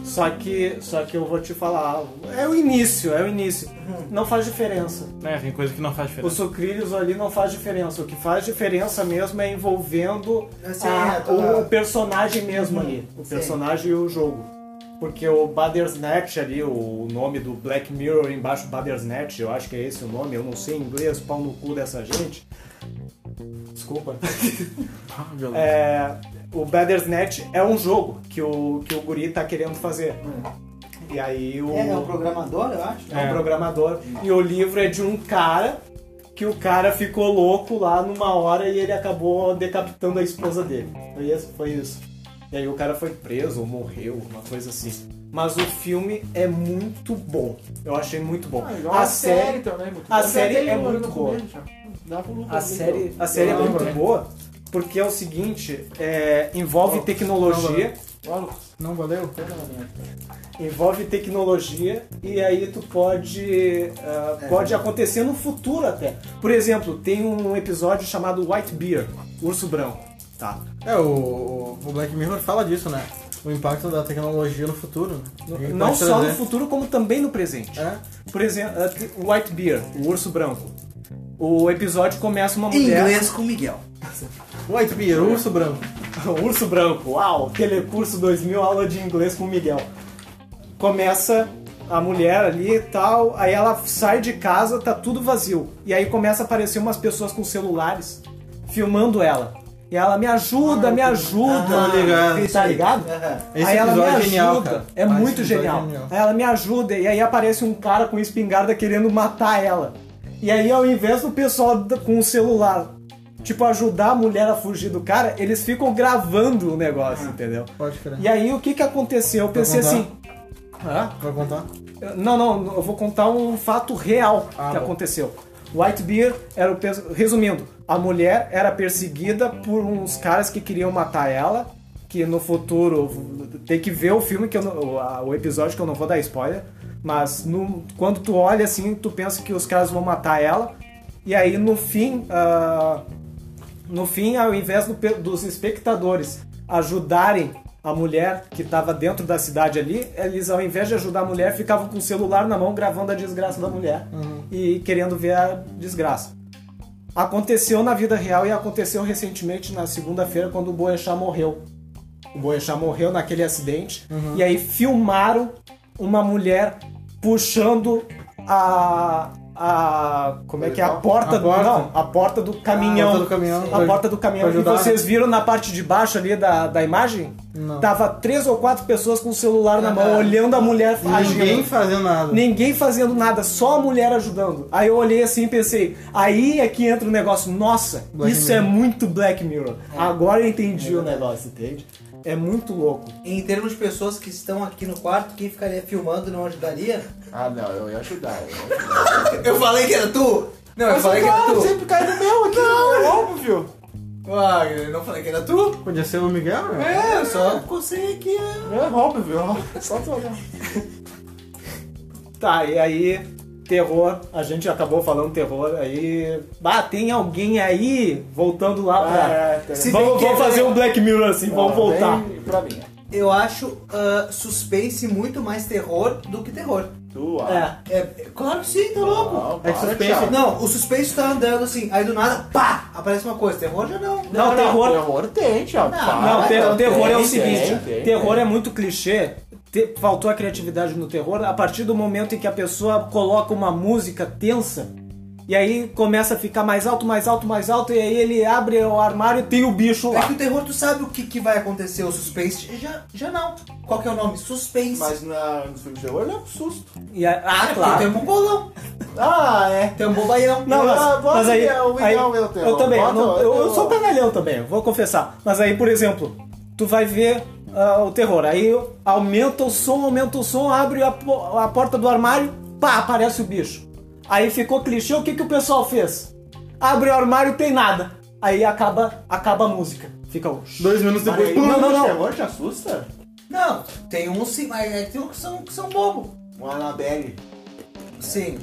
Speaker 1: Só que, só que eu vou te falar, é o início, é o início. Não faz diferença.
Speaker 4: É, tem coisa que não faz
Speaker 1: Os
Speaker 4: diferença.
Speaker 1: sucrilhos ali não faz diferença. O que faz diferença mesmo é envolvendo
Speaker 3: Assim,
Speaker 1: a-
Speaker 3: é, toda- Uhum.
Speaker 1: o personagem mesmo ali. O
Speaker 3: sim.
Speaker 1: personagem e o jogo. Porque o Bandersnatch ali, o nome do Black Mirror embaixo, Bandersnatch, eu acho que é esse o nome, eu não sei em inglês, pau no cu dessa gente. Desculpa. É, o Bandersnatch é um jogo que o, que o guri tá querendo fazer. E aí o...
Speaker 3: Uhum. É, é um programador, eu acho. né?
Speaker 1: É um programador. E o livro é de um cara que o cara ficou louco lá numa hora e ele acabou decapitando a esposa dele. Foi isso. Foi isso. E aí o cara foi preso ou morreu, uma coisa assim. Mas o filme é muito bom. Eu achei muito bom.
Speaker 2: Ah, igual
Speaker 1: a série,
Speaker 2: também, muito
Speaker 1: a
Speaker 2: boa.
Speaker 1: série
Speaker 2: Já tem
Speaker 1: é
Speaker 2: um
Speaker 1: muito boa.
Speaker 2: documento, já. Dá pro Lucas
Speaker 1: a
Speaker 2: ver,
Speaker 1: série,
Speaker 2: então.
Speaker 1: a série é
Speaker 2: Olha,
Speaker 1: muito boa porque é o seguinte, é, envolve tecnologia,
Speaker 2: olha, Lucas,
Speaker 4: Não valeu?
Speaker 2: pega na minha.
Speaker 1: envolve tecnologia e aí tu pode ah,
Speaker 4: É.
Speaker 1: pode acontecer no futuro até. Por exemplo, tem um episódio chamado White Bear, urso branco, tá?
Speaker 4: É, o, o Black Mirror fala disso, né? O impacto da tecnologia no futuro. né? Ele
Speaker 1: Não
Speaker 4: pode
Speaker 1: só no
Speaker 4: trazer.
Speaker 1: futuro como também no presente.
Speaker 4: É.
Speaker 1: Por exemplo, o White Bear, o urso branco. O episódio começa uma mulher.
Speaker 3: Inglês com Miguel.
Speaker 4: White Beer, urso branco.
Speaker 1: urso branco. Uau, telecurso 2000, aula de inglês com o Miguel. Começa a mulher ali e tal, aí ela sai de casa, tá tudo vazio. E aí começa a aparecer umas pessoas com celulares filmando ela. E ela me ajuda, me ajuda.
Speaker 4: Ah, tô ligado.
Speaker 1: Tá ligado?
Speaker 3: Aham.
Speaker 4: Esse
Speaker 1: aí ela me
Speaker 4: episódio
Speaker 1: ajuda.
Speaker 4: é genial, cara.
Speaker 1: É
Speaker 4: Mas
Speaker 1: muito
Speaker 4: esse episódio
Speaker 1: genial.
Speaker 4: é genial.
Speaker 1: Aí ela me ajuda. E aí aparece um cara com espingarda querendo matar ela. E aí, ao invés do pessoal d- com o celular, tipo, ajudar a mulher a fugir do cara, eles ficam gravando o negócio, entendeu?
Speaker 4: Pode crer.
Speaker 1: E aí, o que que aconteceu? Eu pensei
Speaker 4: contar?
Speaker 1: assim.
Speaker 4: Ah, vai contar?
Speaker 1: eu- Não, não, eu vou contar um fato real
Speaker 4: Ah,
Speaker 1: que
Speaker 4: bom.
Speaker 1: aconteceu. White Bear era o. pers- Resumindo, a mulher era perseguida por uns caras que queriam matar ela. Que no futuro. Tem que ver o filme, que eu não- o, a- o episódio que eu não vou dar spoiler. Mas no- quando tu olha assim, tu pensa que os caras vão matar ela. E aí no fim. ah, no fim, ao invés do pe- dos espectadores ajudarem a mulher que estava dentro da cidade ali, eles ao invés de ajudar a mulher, ficavam com o celular na mão gravando a desgraça da mulher
Speaker 4: Uhum.
Speaker 1: e querendo ver a desgraça. Aconteceu na vida real e aconteceu recentemente na segunda-feira quando o Boechat morreu. O Boechat morreu naquele acidente
Speaker 4: Uhum.
Speaker 1: e aí filmaram uma mulher puxando a a como é que é a porta,
Speaker 4: A porta?
Speaker 1: não, a porta do caminhão.
Speaker 4: Ah, a porta do caminhão.
Speaker 1: A
Speaker 4: Pra-
Speaker 1: porta do caminhão
Speaker 4: pra
Speaker 1: que
Speaker 4: ajudar.
Speaker 1: vocês viram na parte de baixo ali da, da imagem?
Speaker 4: Não.
Speaker 1: Tava três ou quatro pessoas com o celular na mão,
Speaker 4: Ah.
Speaker 1: olhando a mulher
Speaker 4: Ninguém
Speaker 1: agindo.
Speaker 4: fazendo nada.
Speaker 1: Ninguém fazendo nada, só a mulher ajudando. Aí eu olhei assim e pensei, aí é que entra o negócio, nossa,
Speaker 4: Black
Speaker 1: isso
Speaker 4: Mirror. É.
Speaker 1: é muito Black Mirror. Agora eu entendi o negócio, entende? É muito louco.
Speaker 3: Em termos de pessoas que estão aqui no quarto, quem ficaria filmando e não ajudaria?
Speaker 2: Ah, não, eu ia ajudar. Eu ia ajudar.
Speaker 3: Eu falei que era tu! Não, eu falei que era
Speaker 2: Claro,
Speaker 3: tu!
Speaker 2: sempre cai no meu aqui, é óbvio.
Speaker 3: Wagner, eu não falei que era tu?
Speaker 4: Podia ser o Miguel, né?
Speaker 3: É, eu só consegui aqui. ó.
Speaker 2: É óbvio,
Speaker 5: Tá
Speaker 2: ó. Só tu olhar.
Speaker 1: Tá, e aí, terror, a gente acabou falando terror, aí. Ah, tem alguém aí voltando lá pra.
Speaker 2: Ah, é, tem.
Speaker 3: Se bem
Speaker 1: vamos
Speaker 3: que-
Speaker 1: vamos fazer um Black Mirror assim, vamos
Speaker 2: Ah,
Speaker 1: voltar.
Speaker 2: vem Pra mim.
Speaker 3: Eu acho ah, suspense muito mais terror do que terror.
Speaker 2: Tu, ah.
Speaker 1: É.
Speaker 3: É, é- claro que sim, tá louco?
Speaker 2: Ah, para,
Speaker 4: É que suspense-
Speaker 2: Thiago.
Speaker 3: Não, o suspense tá andando assim, aí do nada, pá, aparece uma coisa. Terror já não.
Speaker 1: Não, terror.
Speaker 2: Terror tem, Thiago.
Speaker 3: Não,
Speaker 2: para.
Speaker 1: Não,
Speaker 3: Ah,
Speaker 1: ter-
Speaker 3: então
Speaker 1: terror
Speaker 2: tem,
Speaker 1: é o
Speaker 2: tem,
Speaker 1: seguinte:
Speaker 2: tem,
Speaker 1: terror
Speaker 2: tem.
Speaker 1: é muito clichê. te- faltou a criatividade no terror a partir do momento em que a pessoa coloca uma música tensa. E aí começa a ficar mais alto, mais alto, mais alto, e aí ele abre o armário e tem o bicho
Speaker 3: É
Speaker 1: lá.
Speaker 3: que o terror tu sabe o que, que vai acontecer, o suspense já, já não. Qual que é o nome? Suspense.
Speaker 2: Mas na, no filme de terror não é um susto.
Speaker 1: E aí- ah,
Speaker 3: é porque tem
Speaker 1: claro.
Speaker 3: um bombolão,
Speaker 2: Ah, é.
Speaker 3: tem um bobaião.
Speaker 1: Não, mas,
Speaker 2: Ah, bota
Speaker 1: mas aí,
Speaker 2: o
Speaker 1: aí
Speaker 2: Miguel meu terror.
Speaker 1: eu também,
Speaker 2: Bota
Speaker 1: não- eu,
Speaker 2: o
Speaker 1: eu
Speaker 2: terror.
Speaker 1: sou um canalhão também, vou confessar. Mas aí, por exemplo, tu vai ver ah, o terror, aí aumenta o som, aumenta o som, abre a, po- a porta do armário, pá, aparece o bicho. Aí ficou clichê, o que, que o pessoal fez? Abre o armário, tem nada. Aí acaba, acaba a música. Fica um o...
Speaker 4: Dois minutos
Speaker 2: Mas
Speaker 4: depois.
Speaker 2: aí,
Speaker 4: pum,
Speaker 1: não, não, não.
Speaker 2: Terror te assusta?
Speaker 3: Não, tem uns sim, mas é, tem uns que são, que são bobo.
Speaker 2: O
Speaker 5: Um
Speaker 2: Annabelle.
Speaker 3: Sim.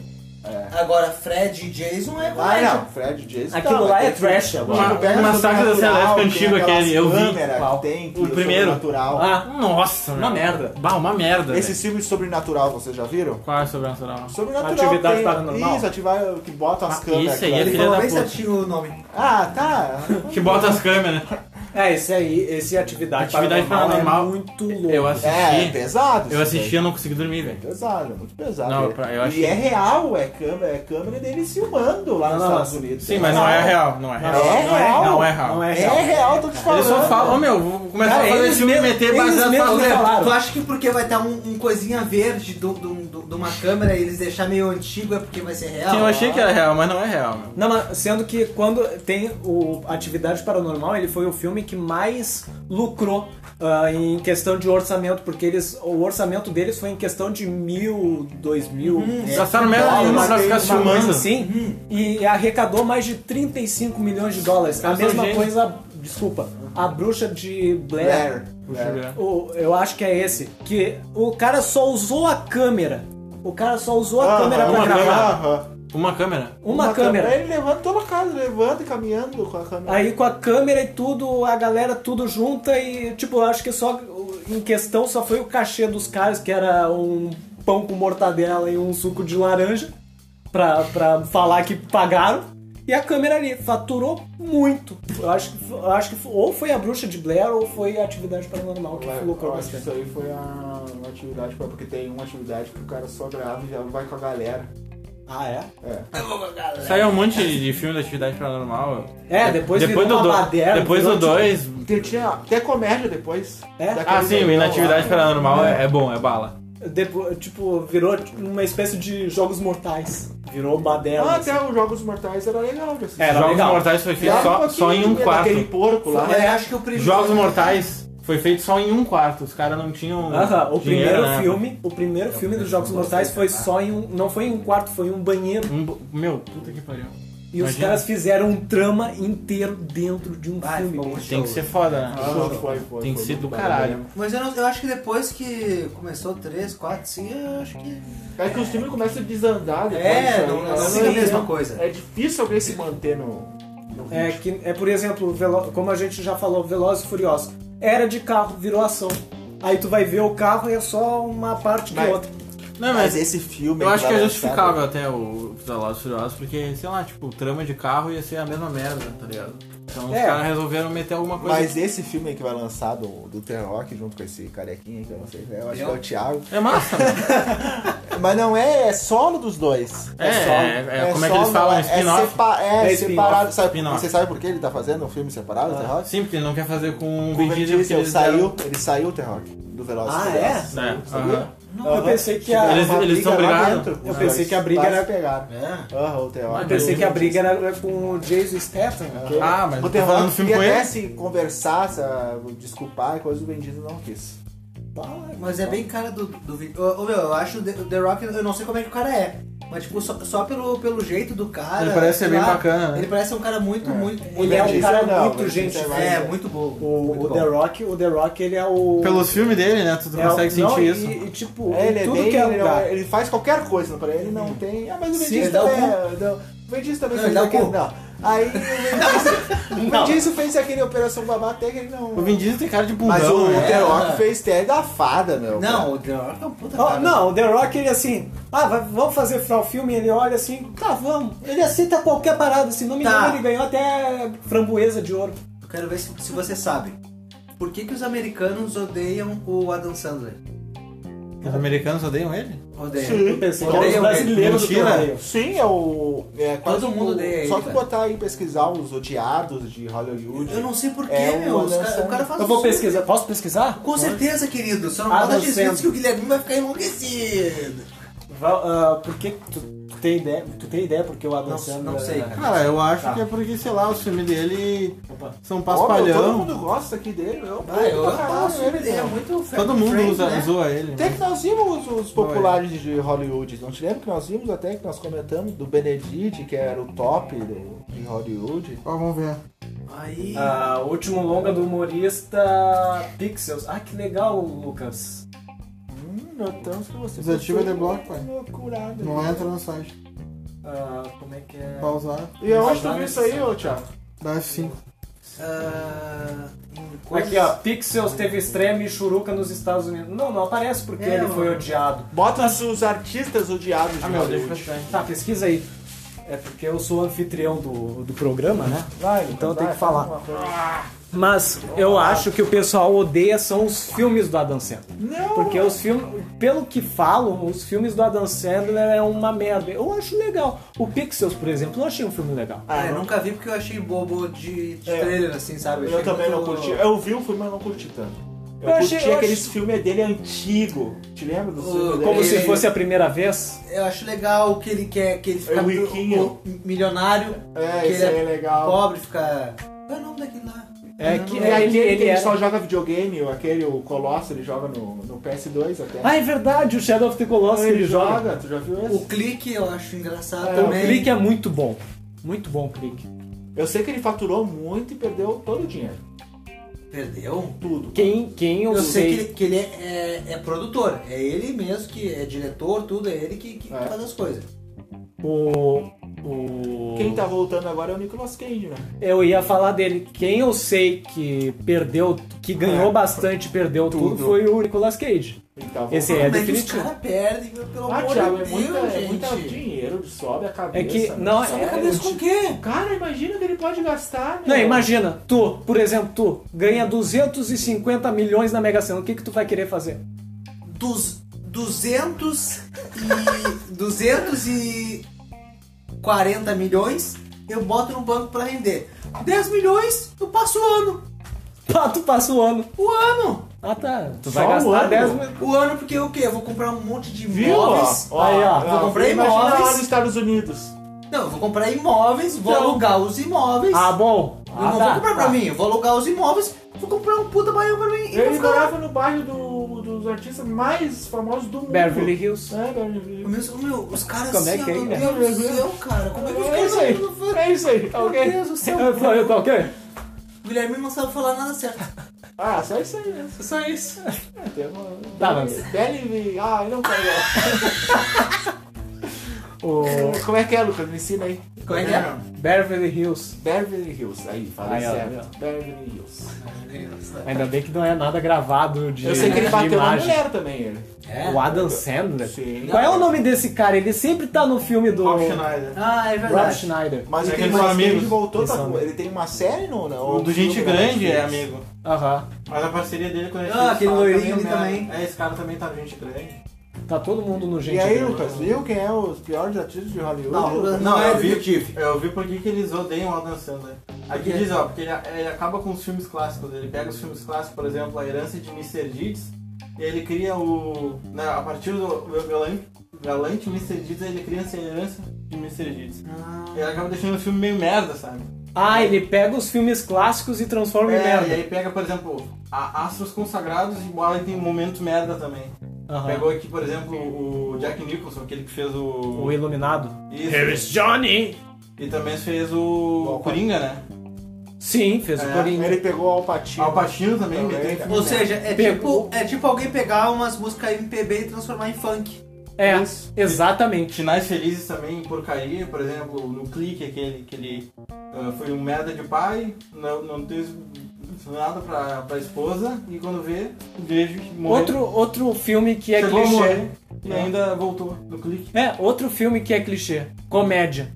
Speaker 3: Agora, Fred e Jason é
Speaker 2: Ah,
Speaker 3: comédia.
Speaker 2: não. Fred Jason.
Speaker 1: Aquilo
Speaker 2: tá,
Speaker 1: lá
Speaker 2: mas
Speaker 1: é
Speaker 2: tem-
Speaker 1: trash agora.
Speaker 2: Tipo, pega
Speaker 4: O Massacre
Speaker 2: sobrenatural,
Speaker 4: da Serra Elétrica
Speaker 2: tem
Speaker 4: antigo
Speaker 2: aquelas
Speaker 4: aquele, eu vi.
Speaker 2: câmera que
Speaker 1: Qual?
Speaker 2: Tem, que
Speaker 4: O
Speaker 2: é
Speaker 4: primeiro. é.
Speaker 2: Sobrenatural.
Speaker 1: Ah,
Speaker 4: Nossa,
Speaker 1: Uma merda.
Speaker 4: Bah, uma merda.
Speaker 2: Esses filmes de sobrenatural vocês já viram?
Speaker 4: Qual é o sobrenatural?
Speaker 2: Sobrenatural.
Speaker 1: Atividade
Speaker 2: tem-
Speaker 1: paranormal.
Speaker 2: Isso, ativar que bota as
Speaker 4: Ah,
Speaker 2: câmeras.
Speaker 4: isso aí
Speaker 2: aqui.
Speaker 4: é
Speaker 3: Ele
Speaker 4: filha
Speaker 3: falou
Speaker 4: da
Speaker 3: bem
Speaker 4: puta.
Speaker 3: certinho o nome.
Speaker 2: Ah, tá.
Speaker 4: Que bota as câmeras.
Speaker 1: É, esse aí, esse atividade,
Speaker 4: Atividade
Speaker 1: é
Speaker 4: Paranormal,
Speaker 1: muito louco.
Speaker 4: Eu
Speaker 5: É, é
Speaker 4: assisti,
Speaker 5: pesado.
Speaker 4: eu
Speaker 5: isso
Speaker 4: assisti e eu não consegui dormir, velho.
Speaker 5: daí. Pesado, é muito pesado.
Speaker 4: Não,
Speaker 5: E-
Speaker 4: pra- eu acho
Speaker 5: E é real, é câmera, é câmera dele filmando lá nos
Speaker 1: Não,
Speaker 5: Estados
Speaker 1: mas-
Speaker 5: Unidos.
Speaker 4: Sim, mas não é real, não é real.
Speaker 5: é real.
Speaker 4: Não é real.
Speaker 1: Não
Speaker 5: É
Speaker 1: é real.
Speaker 5: real, tô te falando.
Speaker 4: Eles só falam, ô meu, vou começar
Speaker 1: Cara,
Speaker 4: a fazer
Speaker 1: eles
Speaker 4: filme e meter
Speaker 1: eles
Speaker 4: baseado
Speaker 1: mesmos
Speaker 4: falando.
Speaker 1: falam. Claro.
Speaker 3: Tu acha que porque vai estar um, um coisinha verde de do, do, do- de uma câmera e eles deixar meio antigo é porque vai ser real?
Speaker 4: Sim, eu achei que era real, mas não é real, meu.
Speaker 1: Não, mas sendo que quando tem o Atividade Paranormal, ele foi o filme que mais lucrou ah, em questão de orçamento, porque eles, o orçamento deles foi em questão de mil, dois mil.
Speaker 4: Gastaram menos
Speaker 1: dólares,
Speaker 4: nenhuma pra ficar
Speaker 1: Uhum. uma coisa
Speaker 4: filmando.
Speaker 1: Assim, E arrecadou mais de 35 milhões de dólares. A
Speaker 4: Eles são
Speaker 1: mesma
Speaker 4: gênios.
Speaker 1: coisa, desculpa, a bruxa de
Speaker 4: né?
Speaker 1: Blair.
Speaker 5: Blair.
Speaker 4: Puxa,
Speaker 5: Blair.
Speaker 4: velho.
Speaker 1: O- eu acho que é esse. Que o cara só usou a câmera. O cara só usou a
Speaker 5: Aham,
Speaker 1: câmera pra
Speaker 4: uma
Speaker 1: gravar.
Speaker 4: câmera.
Speaker 5: Aham.
Speaker 4: Uma câmera?
Speaker 1: Uma, câmera.
Speaker 5: Ele levanta toda a casa, levanta e caminhando com a câmera.
Speaker 1: Aí com a câmera e tudo, a galera tudo junta e, tipo, eu acho que só em questão só foi o cachê dos caras, que era um pão com mortadela e um suco de laranja, pra, pra falar que pagaram. E a câmera ali faturou muito. Eu acho que, eu acho que ou foi a bruxa de Blair ou foi a atividade paranormal que
Speaker 5: Eu
Speaker 1: lucrou
Speaker 5: acho que
Speaker 1: bastante.
Speaker 5: isso aí foi a uma atividade, porque tem uma atividade que o cara só grava e já vai com a galera.
Speaker 1: Ah, é?
Speaker 4: Saiu um monte de, de filme da atividade paranormal.
Speaker 1: É, depois, virou
Speaker 4: depois do
Speaker 1: uma
Speaker 4: do-
Speaker 1: baderna,
Speaker 4: depois
Speaker 1: virou
Speaker 4: do
Speaker 1: tipo-
Speaker 4: 2.
Speaker 5: Tem- Tinha até comédia depois.
Speaker 1: É?
Speaker 4: Ah, sim,
Speaker 2: Então,
Speaker 5: o
Speaker 4: o inatividade paranormal é, é bom, é bala.
Speaker 1: depo- tipo, virou uma espécie de jogos mortais. Virou
Speaker 5: Ah,
Speaker 1: baderna. assim.
Speaker 5: até os Jogos Mortais era legal de assistir.
Speaker 1: Era
Speaker 4: Jogos
Speaker 1: legal.
Speaker 4: Mortais foi feito
Speaker 5: Era
Speaker 4: É, só,
Speaker 5: um
Speaker 4: só em um
Speaker 5: pouquinho daquele
Speaker 4: quarto.
Speaker 5: porco lá.
Speaker 2: né?
Speaker 3: Mas eu acho que o primeiro.
Speaker 4: Jogos Mortais foi feito só em um quarto. Os caras não tinham.
Speaker 1: Aham, o
Speaker 4: dinheiro,
Speaker 1: primeiro
Speaker 4: né?
Speaker 1: filme, o primeiro filme dos Jogos Mortais foi só em um, não foi em um quarto, foi em um banheiro
Speaker 4: Um bo- meu, puta que pariu.
Speaker 1: e os
Speaker 4: Imagina.
Speaker 1: caras fizeram um trama inteiro dentro de um
Speaker 3: Vai,
Speaker 1: filme.
Speaker 3: ficou muito
Speaker 4: Tem que ser foda, né?
Speaker 5: Ah, não, foi, foi,
Speaker 4: Tem
Speaker 5: foi
Speaker 4: que ser do
Speaker 5: muito
Speaker 4: caralho.
Speaker 3: Mas eu, não- eu acho que depois que começou 3, 4, 5, eu acho que.
Speaker 5: É que os filmes começam a desandar depois.
Speaker 3: É,
Speaker 5: sabe?
Speaker 3: não, não,
Speaker 5: Mas
Speaker 3: fica a
Speaker 5: é-
Speaker 3: mesma coisa.
Speaker 5: É difícil alguém se manter no. no
Speaker 1: É
Speaker 5: ritmo.
Speaker 1: que é por exemplo, Velo- como a gente já falou, Velozes e Furiosos era de carro, virou ação. Aí tu vai ver o carro e é só uma parte que
Speaker 5: Mas-
Speaker 1: outra.
Speaker 4: Não, É, mas
Speaker 5: esse filme.
Speaker 4: eu acho que é
Speaker 5: balançado-
Speaker 4: justificável até o Velozes e Furiosos, porque, sei lá, tipo, trama de carro ia ser a mesma merda, tá ligado? Então os
Speaker 1: É.
Speaker 4: caras resolveram meter alguma coisa.
Speaker 5: Mas esse filme aí que vai lançar do, do The Rock junto com esse carequinha que eu não sei, eu acho que é o Thiago.
Speaker 4: É massa, né?
Speaker 5: Mas não é, é solo dos dois.
Speaker 4: É,
Speaker 5: solo.
Speaker 4: é, é, como é que eles falam,
Speaker 5: é
Speaker 4: spin-off?
Speaker 5: sepa- é
Speaker 1: É spin-off,
Speaker 5: separado. Sabe,
Speaker 4: spin-off.
Speaker 5: Você sabe por que ele tá fazendo um filme separado, The Rock?
Speaker 4: Sim, porque ele não quer fazer com o
Speaker 5: O
Speaker 4: Vin
Speaker 5: Vin
Speaker 4: Diesel, porque
Speaker 5: Diesel
Speaker 4: Um eles
Speaker 5: saiu, ele saiu, The Rock, do Veloz
Speaker 1: Ah, é?
Speaker 4: deram- É, aham.
Speaker 1: Eu pensei que a
Speaker 4: Eles- eles são brigados?
Speaker 1: Eu pensei que a briga era-
Speaker 5: pegar.
Speaker 3: É.
Speaker 5: Aham, o The Rock.
Speaker 1: eu pensei que a briga era com o Jason Statham. que-
Speaker 4: Ah, mas
Speaker 5: O é
Speaker 4: eu
Speaker 5: The
Speaker 4: tô falando do
Speaker 5: Rock
Speaker 4: filme
Speaker 5: queria
Speaker 4: com
Speaker 5: até
Speaker 4: ele.
Speaker 5: se conversar, se desculpar e coisa, o Vin Diesel não quis.
Speaker 3: Mas é bem cara do. do, Vin- Ô, ô, meu, eu acho o The, o The Rock, eu não sei como é que o cara é. Mas, tipo, só, só pelo, pelo jeito do cara.
Speaker 4: Ele parece ser
Speaker 3: sei
Speaker 4: bem
Speaker 3: lá,
Speaker 4: bacana, né?
Speaker 3: Ele parece ser um cara muito, muito.
Speaker 1: Ele é um
Speaker 5: Diesel
Speaker 1: cara
Speaker 5: não,
Speaker 1: muito
Speaker 5: Vin Diesel
Speaker 1: gente.
Speaker 5: é mais-
Speaker 3: É, muito bom.
Speaker 1: O,
Speaker 3: muito
Speaker 1: o The
Speaker 3: bom.
Speaker 1: Rock, o The Rock, ele é o
Speaker 4: Pelos filmes dele, né? Tu
Speaker 1: é o-
Speaker 4: consegue
Speaker 1: não,
Speaker 4: sentir
Speaker 1: e-
Speaker 4: isso.
Speaker 1: E, tipo,
Speaker 5: É, ele
Speaker 1: em
Speaker 5: é
Speaker 1: tudo
Speaker 5: bem,
Speaker 1: que é
Speaker 5: ele,
Speaker 1: lugar.
Speaker 5: ele faz qualquer coisa, não, pra ele não tem. Ah, mas o Vin
Speaker 1: Sim,
Speaker 5: Diesel
Speaker 1: ele dá o
Speaker 5: também. é- dá- O Vin Diesel também
Speaker 3: Não,
Speaker 5: fez
Speaker 3: ele dá o
Speaker 5: aquele.
Speaker 3: cu.
Speaker 5: Não. Aí o Vin Diesel, o Vin
Speaker 1: Não.
Speaker 5: Diesel fez aquele Operação Babá até que ele não.
Speaker 4: O Vin Diesel tem cara de bundão,
Speaker 5: mas o
Speaker 4: né?
Speaker 5: The
Speaker 3: é.
Speaker 5: Rock fez Terra da Fada, meu.
Speaker 3: Não, o The Rock é um puta
Speaker 1: Ó,
Speaker 3: cara.
Speaker 1: Oh, não, o The Rock, ele assim, ah, vai- vamos fazer o filme, ele olha assim, tá, vamos. Ele aceita qualquer parada, se não me engano,
Speaker 3: Tá.
Speaker 1: ele ganhou até framboesa de ouro.
Speaker 3: Eu quero ver se, se você sabe. Por que, que os americanos odeiam o Adam Sandler?
Speaker 4: Os americanos odeiam ele?
Speaker 3: Odeiam.
Speaker 1: Eu né? pensei
Speaker 3: Odeio
Speaker 1: que era
Speaker 3: ele.
Speaker 1: os brasileiros que
Speaker 4: Mentira.
Speaker 1: odeiam.
Speaker 5: Sim, é o. É quase
Speaker 3: Todo mundo
Speaker 5: o-
Speaker 3: odeia ele,
Speaker 5: Só que
Speaker 3: cara.
Speaker 5: botar aí pesquisar os odiados de Hollywood.
Speaker 3: Eu não sei porquê,
Speaker 5: É,
Speaker 3: meu.
Speaker 5: o
Speaker 3: os
Speaker 5: Adam
Speaker 3: cara- o cara faz
Speaker 1: Eu vou
Speaker 3: isso.
Speaker 1: pesquisar, posso pesquisar?
Speaker 3: Com certeza, querido. Só não
Speaker 1: Adam
Speaker 3: falta dizer
Speaker 1: Sandler.
Speaker 3: que o Guilherme vai ficar enlouquecido.
Speaker 1: Va- ah, por que que tu, tu tem ideia? Tu tem ideia porque o Adam
Speaker 3: Não-
Speaker 1: Sandler...
Speaker 3: não sei, cara.
Speaker 4: Cara, eu acho que é porque, sei lá, os filmes dele
Speaker 1: Tá. Opa.
Speaker 4: são
Speaker 5: Ó, meu, todo
Speaker 4: paspalhão.
Speaker 5: mundo gosta aqui dele, meu.
Speaker 3: Ah, eu
Speaker 5: Pra caralho,
Speaker 3: faço.
Speaker 5: ele,
Speaker 3: Ele é
Speaker 5: meu.
Speaker 3: muito
Speaker 4: Todo mundo
Speaker 3: friend,
Speaker 4: usa,
Speaker 3: né?
Speaker 4: zoa ele.
Speaker 5: Até que nós vimos os, os populares de Hollywood. Não te lembra que nós vimos até que nós comentamos do Benedict, que era o top do- de Hollywood?
Speaker 4: Ó, vamos ver.
Speaker 3: Aí.
Speaker 1: Ah, o último longa do humorista Pixels. Ah, que legal, Lucas.
Speaker 5: Hum, notamos que você.
Speaker 4: Desativa
Speaker 5: possui
Speaker 4: The Block, pai.
Speaker 5: Loucurada.
Speaker 4: Não entra no site.
Speaker 1: Ah, como é que é?
Speaker 4: Pausar.
Speaker 5: E onde tu viu isso aí, ô Thiago?
Speaker 4: Dá F5.
Speaker 3: ah, tem coisas-
Speaker 1: Aqui, ó, Pixels teve estreia e Churuca nos Estados Unidos. Não, não aparece porque
Speaker 3: É,
Speaker 1: ele
Speaker 3: mano.
Speaker 1: foi odiado.
Speaker 5: Bota os- os artistas odiados de
Speaker 4: Ah, meu, deixa eu
Speaker 5: Hollywood.
Speaker 4: fechar.
Speaker 1: Tá, pesquisa aí. É porque eu sou anfitrião do, do programa, né?
Speaker 5: Vai,
Speaker 1: Então
Speaker 5: vai,
Speaker 1: tem que
Speaker 5: fala
Speaker 1: falar.
Speaker 5: alguma coisa.
Speaker 1: Mas eu acho que o pessoal odeia são os filmes do Adam Sandler. Não! Porque os filmes, pelo que falam, os filmes do Adam Sandler é uma merda. Eu acho legal. O Pixels, por exemplo, eu achei um filme legal.
Speaker 3: Ah, eu nunca vi porque eu achei bobo de, de trailer, assim, sabe?
Speaker 2: É. Eu
Speaker 3: Achei
Speaker 2: também não
Speaker 3: muito-
Speaker 2: curti. Eu vi o filme, mas não curti tanto. Eu,
Speaker 1: Eu
Speaker 2: curti
Speaker 1: achei- eu
Speaker 2: aqueles
Speaker 1: achei-
Speaker 2: filmes dele antigo. Te lembra dos
Speaker 3: Oh,
Speaker 2: filmes dele?
Speaker 1: Como se
Speaker 3: Ele-
Speaker 1: fosse a primeira vez.
Speaker 3: Eu acho legal que ele quer que ele fica
Speaker 2: É o riquinho.
Speaker 3: o- o milionário,
Speaker 2: É,
Speaker 3: que
Speaker 2: esse
Speaker 3: ele
Speaker 2: aí é
Speaker 3: é
Speaker 2: legal.
Speaker 3: pobre, fica. Qual é o nome daquele lá?
Speaker 1: É
Speaker 3: Não,
Speaker 1: que,
Speaker 2: E
Speaker 1: é que
Speaker 2: aquele
Speaker 1: ele
Speaker 2: que ele
Speaker 1: é.
Speaker 2: só joga videogame, aquele, o Colosso, ele joga no, no PS2 até.
Speaker 1: Ah, é verdade, o Shadow of the Colossus que ele joga.
Speaker 2: tu já viu
Speaker 3: O
Speaker 2: esse?
Speaker 3: clique eu acho engraçado
Speaker 2: É,
Speaker 1: O
Speaker 3: também.
Speaker 1: clique é muito bom. Muito bom o clique.
Speaker 2: Eu sei que ele faturou muito e perdeu todo o dinheiro.
Speaker 3: Perdeu?
Speaker 2: Tudo.
Speaker 1: Quem, quem eu,
Speaker 3: Eu
Speaker 1: sei.
Speaker 3: sei que ele, que ele é, é, é produtor, é ele mesmo que é diretor, tudo, é ele que, que
Speaker 2: É.
Speaker 3: faz as coisas.
Speaker 1: O. O.
Speaker 2: Quem tá voltando agora é o Nicolas Cage, né?
Speaker 1: Eu ia falar dele. Quem eu sei que perdeu, que ganhou
Speaker 2: É.
Speaker 1: bastante, perdeu tudo.
Speaker 2: Tudo.
Speaker 1: foi o Nicolas Cage.
Speaker 2: Ele tá
Speaker 1: Esse é
Speaker 2: voltando.
Speaker 3: Como que os
Speaker 1: definitivo.
Speaker 3: caras perdem, meu, pelo
Speaker 2: Ah,
Speaker 3: amor
Speaker 2: Thiago,
Speaker 3: de
Speaker 2: é
Speaker 3: Deus,
Speaker 2: muito, é
Speaker 3: gente.
Speaker 2: muito dinheiro, sobe a cabeça.
Speaker 1: É que-
Speaker 2: né?
Speaker 1: não,
Speaker 2: Sobe
Speaker 3: Sabe
Speaker 1: é-
Speaker 2: a
Speaker 3: a cabeça com o quê?
Speaker 2: Cara, imagina o que ele pode gastar, meu.
Speaker 1: Não, imagina, tu, por exemplo, tu ganha 250 milhões na Mega Sena. O que, que tu vai querer fazer?
Speaker 3: Dos 200 e 240 milhões eu boto no banco pra render. 10 milhões eu passo o ano.
Speaker 1: Pá, Ah, tu passa o ano.
Speaker 3: O ano!
Speaker 1: Ah tá, tu
Speaker 2: Só
Speaker 1: vai
Speaker 2: um
Speaker 1: gastar
Speaker 2: ano?
Speaker 1: 10 milhões.
Speaker 3: O ano porque o quê? Eu vou comprar um monte de
Speaker 2: Viu?
Speaker 3: imóveis.
Speaker 1: Aí, ó,
Speaker 3: vou comprar
Speaker 2: imagina
Speaker 3: imóveis.
Speaker 2: lá nos Estados Unidos.
Speaker 3: Não, eu vou comprar imóveis, vou
Speaker 1: Então.
Speaker 3: alugar os imóveis.
Speaker 1: Ah, bom.
Speaker 3: eu
Speaker 1: Ah,
Speaker 3: não
Speaker 1: tá,
Speaker 3: vou comprar pra
Speaker 1: tá.
Speaker 3: mim, eu vou alugar os imóveis, vou comprar um puta baião pra mim. e vou
Speaker 2: Ele
Speaker 3: ficar lá.
Speaker 2: morava no bairro do- dos artistas mais famosos do mundo.
Speaker 1: Beverly Hills.
Speaker 2: É, Beverly
Speaker 3: Meu, meu, os caras
Speaker 1: Como é
Speaker 3: assim,
Speaker 1: que é,
Speaker 3: ó,
Speaker 1: né?
Speaker 3: meu Deus do céu, cara. Como é que os
Speaker 2: É
Speaker 3: caras
Speaker 2: isso aí,
Speaker 3: não- não-
Speaker 2: é isso aí,
Speaker 3: Meu
Speaker 2: ok?
Speaker 3: Deus do céu.
Speaker 1: Eu falei, tá ok?
Speaker 3: O Guilherme não sabe falar nada certo.
Speaker 2: Ah, só isso aí mesmo.
Speaker 3: Só isso.
Speaker 2: É, tem uma...
Speaker 1: Tá, mas-
Speaker 2: Belly, ah, eu não quero.
Speaker 1: O
Speaker 2: Como é que é, Lucas? Me ensina aí.
Speaker 3: Como é que é?
Speaker 1: Beverly Hills.
Speaker 2: Beverly Hills, aí, falei
Speaker 1: Aí, ó.
Speaker 2: certo. Beverly Hills.
Speaker 1: Ainda bem que não é nada gravado de
Speaker 2: Eu sei que ele
Speaker 1: de
Speaker 2: bateu na
Speaker 1: imagem.
Speaker 2: mulher também, ele.
Speaker 3: É?
Speaker 1: O Adam Sandler?
Speaker 2: Sim.
Speaker 1: Qual é o nome desse cara? Ele sempre tá no filme do
Speaker 4: Rob Schneider.
Speaker 3: Ah, é
Speaker 1: Rob
Speaker 3: verdade.
Speaker 1: Schneider.
Speaker 2: Mas
Speaker 4: É
Speaker 2: ele
Speaker 4: que
Speaker 2: tem
Speaker 4: eles
Speaker 2: uma
Speaker 4: são
Speaker 2: série
Speaker 4: amigos.
Speaker 2: que voltou,
Speaker 1: Eles
Speaker 2: tá
Speaker 1: são
Speaker 2: com- ele tem uma série,
Speaker 5: né?
Speaker 2: não? não?
Speaker 4: O do Gente Grande é amigo.
Speaker 1: Aham.
Speaker 4: Mas a parceria dele com a Netflix
Speaker 3: Ah, aquele
Speaker 4: fala
Speaker 3: loirinho
Speaker 4: também,
Speaker 3: ali
Speaker 4: né?
Speaker 3: também.
Speaker 4: É, esse cara também tá com Gente Grande.
Speaker 1: Tá todo mundo no gente.
Speaker 2: E aí,
Speaker 1: grande.
Speaker 2: Lucas, viu quem é os piores artistas de Hollywood?
Speaker 3: Não, Lucas,
Speaker 4: Não, eu vi,
Speaker 3: detetive.
Speaker 4: eu vi porque que eles odeiam o Adam Sandler. Aqui diz, ó, porque ele, ele acaba com os filmes clássicos. Ele pega os filmes clássicos, por exemplo, A Herança de Mr. Deeds, e ele cria o... né, a partir do do galante, galante Mr. Deeds, ele cria essa herança de Mr. Deeds. Ele acaba deixando o filme meio merda, sabe?
Speaker 1: Ah, ele pega os filmes clássicos e transforma em
Speaker 4: É,
Speaker 1: merda.
Speaker 4: e aí pega, por exemplo, a Astros Consagrados, igual ele tem momentos merda também.
Speaker 1: Aham.
Speaker 4: Pegou aqui, por exemplo, o Jack Nicholson, aquele que fez
Speaker 1: O
Speaker 4: o...
Speaker 1: Iluminado?
Speaker 4: Isso.
Speaker 1: Johnny!
Speaker 4: E também fez o Coringa, né?
Speaker 1: Sim, fez o
Speaker 4: É,
Speaker 1: Coringa.
Speaker 2: Ele pegou o Alpatino.
Speaker 4: Al Pacino também,
Speaker 2: Também,
Speaker 4: meteu em
Speaker 2: cara.
Speaker 4: filme
Speaker 3: Ou
Speaker 4: merda.
Speaker 3: seja, é
Speaker 1: Pegou.
Speaker 3: tipo, é tipo alguém pegar umas músicas MPB e transformar em funk.
Speaker 1: É, exatamente.
Speaker 4: Finais felizes também, porcaria, por exemplo, no clique aquele que ele ah, foi um merda de pai, não, não teve nada pra, pra esposa, e quando vê, vejo que morreu.
Speaker 1: Outro, outro filme que é
Speaker 4: Chegou a
Speaker 1: clichê.
Speaker 4: morrer, e ainda voltou no clique.
Speaker 1: É, outro filme que é clichê. Comédia.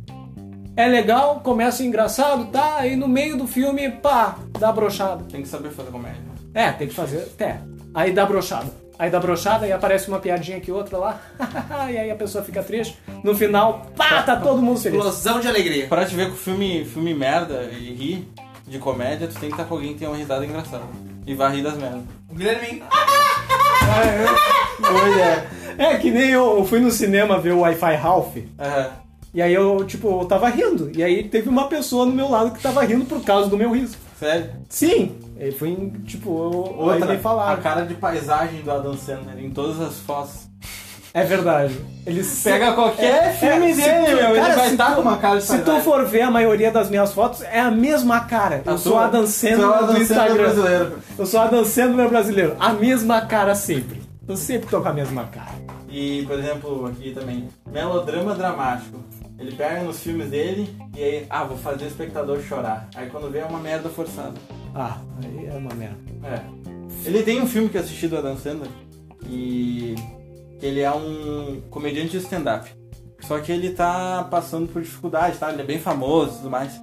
Speaker 1: É legal, começa engraçado, tá? Aí no meio do filme, pá, dá brochada.
Speaker 4: Tem que saber fazer comédia.
Speaker 1: É, tem que fazer. É. Aí dá brochada. Aí dá brochada e aparece uma piadinha que outra lá. e aí a pessoa fica triste. No final, pá, tá todo mundo feliz.
Speaker 3: Explosão de alegria.
Speaker 4: Pra te ver que o filme, filme merda e rir de comédia, tu tem que estar com alguém que tem uma risada engraçada. E vai rir das merdas.
Speaker 3: O Guilherme.
Speaker 4: Pois é.
Speaker 1: É que nem eu, eu fui no cinema ver o Wi-Fi Ralph.
Speaker 4: Aham.
Speaker 1: E aí eu, tipo, eu tava rindo. E aí teve uma pessoa do meu lado que tava rindo por causa do meu riso.
Speaker 4: Sério.
Speaker 1: Sim! Ele foi, em, tipo, eu, aí
Speaker 4: Outra,
Speaker 1: me falaram.
Speaker 4: a cara de paisagem do Adam Sandler em todas as fotos.
Speaker 1: É verdade. Ele se- é,
Speaker 4: Pega qualquer filme
Speaker 1: se
Speaker 4: dele,
Speaker 1: tu-
Speaker 4: meu, ele vai
Speaker 1: se
Speaker 4: tá
Speaker 1: tu-
Speaker 4: com uma cara de
Speaker 1: Se tu
Speaker 4: paisagem.
Speaker 1: for ver a maioria das minhas fotos, é a mesma cara. Eu
Speaker 4: A
Speaker 1: sou
Speaker 4: tua?
Speaker 1: a
Speaker 4: Tu é o
Speaker 1: Sandler
Speaker 4: Adam
Speaker 1: do
Speaker 4: Sandler
Speaker 1: Instagram.
Speaker 4: brasileiro.
Speaker 1: Eu sou a Adam Sandler brasileiro. A mesma cara sempre. Eu sempre tô com a mesma cara.
Speaker 4: E, por exemplo, aqui também, melodrama dramático. Ele pega nos filmes dele e aí, ah, vou fazer o espectador chorar. Aí quando vê é uma merda forçada.
Speaker 1: Ah, aí é uma merda.
Speaker 4: É. Ele tem um filme que eu assisti do Adam Sandler e que ele é um comediante de stand-up. Só que ele tá passando por dificuldade, tá? Ele é bem famoso e tudo mais.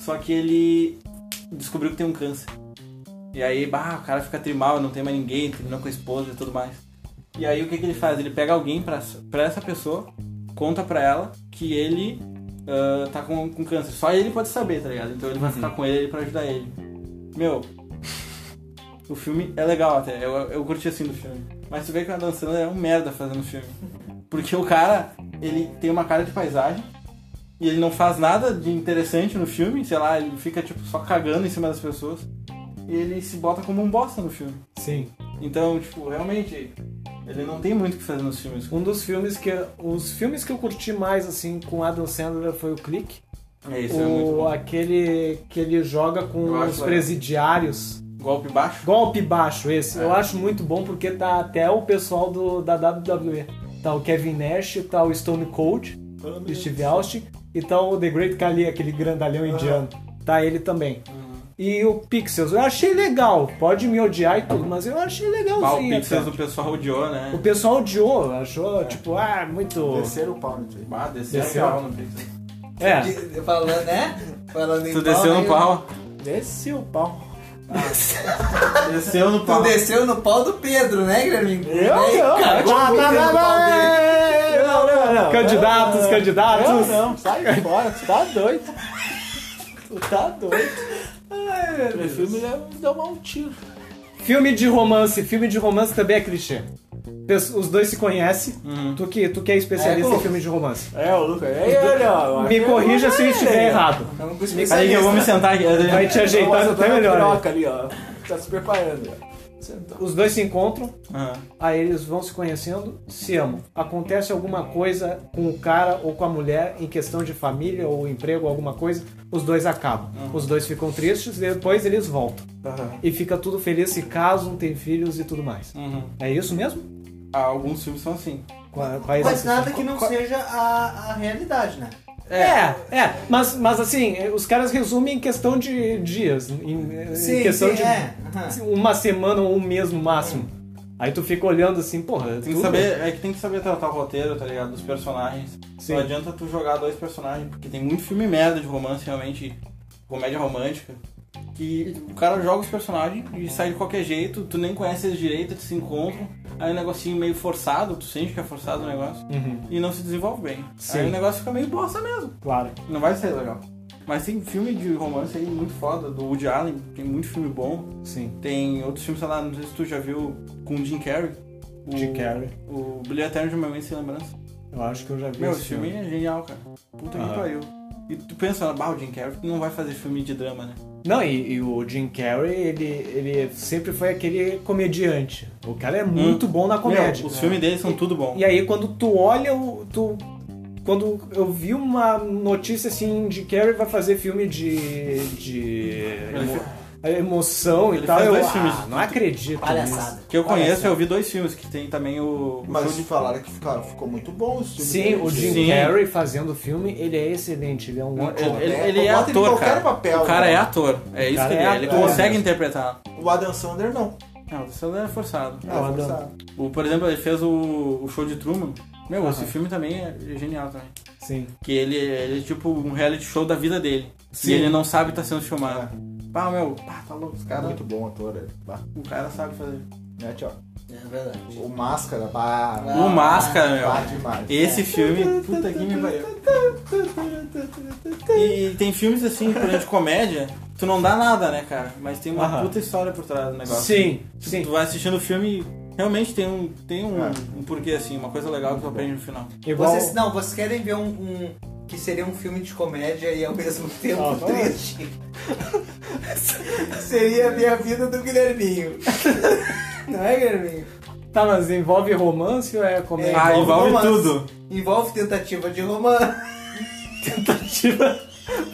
Speaker 4: Só que ele descobriu que tem um câncer. E aí, bah, o cara fica trimal, não tem mais ninguém, terminou com a esposa e tudo mais. E aí o que, que ele faz? Ele pega alguém pra, pra essa pessoa, conta pra ela que ele ah, tá com, com câncer. Só ele pode saber, tá ligado? Então ele vai ficar com ele pra ajudar ele. Meu, o filme é legal até, eu, eu curti assim do filme. Mas tu vê que o Adam Sandler é um merda fazendo filme. Porque o cara, ele tem uma cara de paisagem, e ele não faz nada de interessante no filme, sei lá, ele fica tipo só cagando em cima das pessoas. E ele se bota como um bosta no filme.
Speaker 1: Sim.
Speaker 4: Então, tipo, realmente, ele não tem muito o que fazer nos filmes.
Speaker 1: Um dos filmes que. Os filmes que eu curti mais, assim, com Adam Sandler foi o Clique.
Speaker 4: É isso, é muito
Speaker 1: O,
Speaker 4: bom.
Speaker 1: aquele que ele joga com
Speaker 4: Eu acho
Speaker 1: os
Speaker 4: legal.
Speaker 1: presidiários.
Speaker 4: Golpe baixo.
Speaker 1: Golpe baixo, esse.
Speaker 4: É.
Speaker 1: Eu acho muito bom porque tá até o pessoal do, da WWE. Tá o Kevin Nash, tá o Stone Cold,
Speaker 4: é
Speaker 1: o Steve Austin, e tá o The Great Khali, aquele grandalhão indiano. Tá ele também. E o Pixels, eu achei legal. Pode me odiar e tudo, mas eu achei
Speaker 4: Ah, o
Speaker 1: legalzinho.
Speaker 4: Pixels
Speaker 1: até.
Speaker 4: do pessoal odiou,
Speaker 1: O
Speaker 4: né?
Speaker 1: pessoal odiou,
Speaker 4: É.
Speaker 1: achou, tipo, ah, muito.
Speaker 2: Terceiro pau no Jay.
Speaker 4: Ah, desceu
Speaker 1: Desceu.
Speaker 4: o pau no Pixels.
Speaker 1: É,
Speaker 3: De- Falando, né? Falando em né?
Speaker 4: Tu desceu
Speaker 3: aí
Speaker 4: no
Speaker 3: eu-
Speaker 4: pau?
Speaker 1: desceu o pau.
Speaker 4: Ah, Desceu no
Speaker 3: Tu
Speaker 4: pau.
Speaker 3: desceu no pau do Pedro, né, Guilherme?
Speaker 1: Eu
Speaker 3: Né?
Speaker 1: não,
Speaker 2: Ah,
Speaker 3: Cagou
Speaker 1: não,
Speaker 3: o
Speaker 1: não,
Speaker 3: Pedro no pau dele.
Speaker 1: não, não, não, não. Candidatos, candidatos. Não, não.
Speaker 2: Sai fora, tu tá doido.
Speaker 1: Tu tá doido.
Speaker 2: Prefiro me dar um tiro.
Speaker 1: Filme de romance. Filme de romance também é clichê. Pes- Os dois se conhecem. Tu, que, tu que é especialista
Speaker 2: Uhum. É,
Speaker 1: em filme de romance.
Speaker 2: É, o Lucas. Ei, olha,
Speaker 1: Me corrija se eu estiver errado.
Speaker 3: É um cuspe
Speaker 4: Peraí que eu
Speaker 1: né?
Speaker 4: vou me sentar aqui.
Speaker 1: Vai te
Speaker 2: tá
Speaker 1: ajeitar até melhor.
Speaker 2: piroca ali, ó. Tá se preparando. ó. Sentou.
Speaker 1: Os dois se encontram,
Speaker 4: Aham.
Speaker 1: aí eles vão se conhecendo, se amam. Acontece alguma coisa com o cara ou com a mulher em questão de família ou emprego, alguma coisa, os dois acabam.
Speaker 2: Uhum.
Speaker 1: Os dois ficam tristes e depois eles voltam.
Speaker 4: Aham.
Speaker 1: e fica tudo feliz, se casam, tem filhos e tudo mais.
Speaker 4: Uhum.
Speaker 1: É isso mesmo?
Speaker 4: Ah, Alguns filmes são assim.
Speaker 1: Qua- Quais
Speaker 3: Mas nada que não seja a, a realidade, né?
Speaker 1: É, é, mas, mas assim, eh, os caras resumem em questão de dias, em, eh, em questão de
Speaker 3: é. aham.
Speaker 1: uma semana ou um mês no máximo. Aí tu fica olhando assim, porra,
Speaker 4: Tem que
Speaker 1: tudo- Uhum.
Speaker 4: saber, é que tem que saber tratar o roteiro, tá ligado? Dos personagens.
Speaker 1: Sim.
Speaker 4: Não adianta tu jogar dois personagens, porque tem muito filme merda de romance, realmente, comédia romântica, que o cara joga os personagens e sai de qualquer jeito, tu nem conhece eles direito, eles se encontram, aí é um negocinho meio forçado, tu sente que é forçado o negócio,
Speaker 1: Uhum,
Speaker 4: e não se desenvolve bem.
Speaker 1: Sim.
Speaker 4: Aí o negócio fica meio bosta mesmo,
Speaker 1: claro.
Speaker 4: não vai ser legal. Mas tem filme de romance aí muito foda, do Woody Allen, tem muito filme bom,
Speaker 1: Sim.
Speaker 4: tem outros filmes, sei lá, não sei se tu já viu, com o Jim Carrey. O,
Speaker 1: Jim Carrey.
Speaker 4: O Brilho Eterno de uma Mente Sem Lembrança.
Speaker 1: Eu acho que eu já vi
Speaker 4: Meu,
Speaker 1: esse
Speaker 4: esse filme é genial, cara. Puta
Speaker 1: Aham.
Speaker 4: que pariu. E tu pensa, bah, o Jim Carrey não vai fazer filme de drama, né?
Speaker 1: Não, e, e o Jim Carrey, ele, ele sempre foi aquele comediante. O cara é muito bom na comédia. né?
Speaker 4: Meu, os filmes dele são tudo bom.
Speaker 1: E aí quando tu olha o. Tu, quando eu vi uma notícia assim de Carrie vai fazer filme de. de. emo- emoção
Speaker 4: Ele
Speaker 1: e tal,
Speaker 4: fez
Speaker 1: eu
Speaker 4: dois
Speaker 1: ah,
Speaker 4: filmes.
Speaker 1: não acredito.
Speaker 3: Palhaçada.
Speaker 4: Que eu conheço, é,
Speaker 1: Olha só.
Speaker 4: eu vi dois filmes que tem também o. o
Speaker 2: Mas
Speaker 4: show
Speaker 2: te
Speaker 4: de...
Speaker 2: falaram que cara, ficou muito bom o filme.
Speaker 1: nisso. Sim, o Jim
Speaker 4: Sim.
Speaker 1: Carrey fazendo filme, ele é excelente, ele é um ótimo.
Speaker 4: Ele, ele-
Speaker 2: né?
Speaker 4: ele é
Speaker 2: Bota ele em
Speaker 4: ator,
Speaker 2: qualquer
Speaker 4: cara.
Speaker 2: papel,
Speaker 4: o cara
Speaker 2: né?
Speaker 4: é ator. É isso
Speaker 1: um- cara
Speaker 4: que ele
Speaker 1: é
Speaker 4: é. Ele
Speaker 1: ator
Speaker 4: consegue
Speaker 1: mesmo.
Speaker 4: interpretar.
Speaker 2: O Adam Sandler não.
Speaker 4: Não, o celular é forçado.
Speaker 1: Ah, o Adam-
Speaker 2: forçado.
Speaker 4: O, por exemplo, ele fez o, o show de Truman. Meu, esse
Speaker 1: Aham.
Speaker 4: filme também é genial também.
Speaker 1: Sim.
Speaker 4: Que ele, ele é tipo um reality show da vida dele.
Speaker 1: Sim.
Speaker 4: E ele não sabe tá sendo filmado. Pá, meu, pá, tá louco. Os
Speaker 2: Cara,
Speaker 4: cara,
Speaker 2: muito bom ator. ele. Bah,
Speaker 4: o cara sabe fazer.
Speaker 2: Mete, ó.
Speaker 3: É verdade.
Speaker 2: O Máscara,
Speaker 3: Ah,
Speaker 2: bah.
Speaker 4: o Máscara, meu.
Speaker 2: Bah, demais.
Speaker 4: Esse filme, puta que me pariu. E tem filmes assim, por exemplo, de comédia, tu não dá nada, né, cara? Mas tem uma
Speaker 1: Aham.
Speaker 4: puta história por trás do negócio.
Speaker 1: Sim,
Speaker 4: Tipo,
Speaker 1: sim.
Speaker 4: Tu vai assistindo o filme e realmente tem um, tem um,
Speaker 2: É.
Speaker 4: um porquê, assim, uma coisa legal que tu aprende no final.
Speaker 1: Igual.
Speaker 3: Vocês, não, vocês querem ver um, um- que seria um filme de comédia e ao mesmo tempo
Speaker 1: Ah, vamos.
Speaker 3: triste? seria a minha vida do Guilherminho. não é, Guilherminho?
Speaker 1: Tá, mas envolve romance ou é
Speaker 3: É,
Speaker 1: comédia?
Speaker 4: Ah, envolve
Speaker 3: romance.
Speaker 4: tudo.
Speaker 3: Envolve tentativa de romance.
Speaker 1: Tentativa.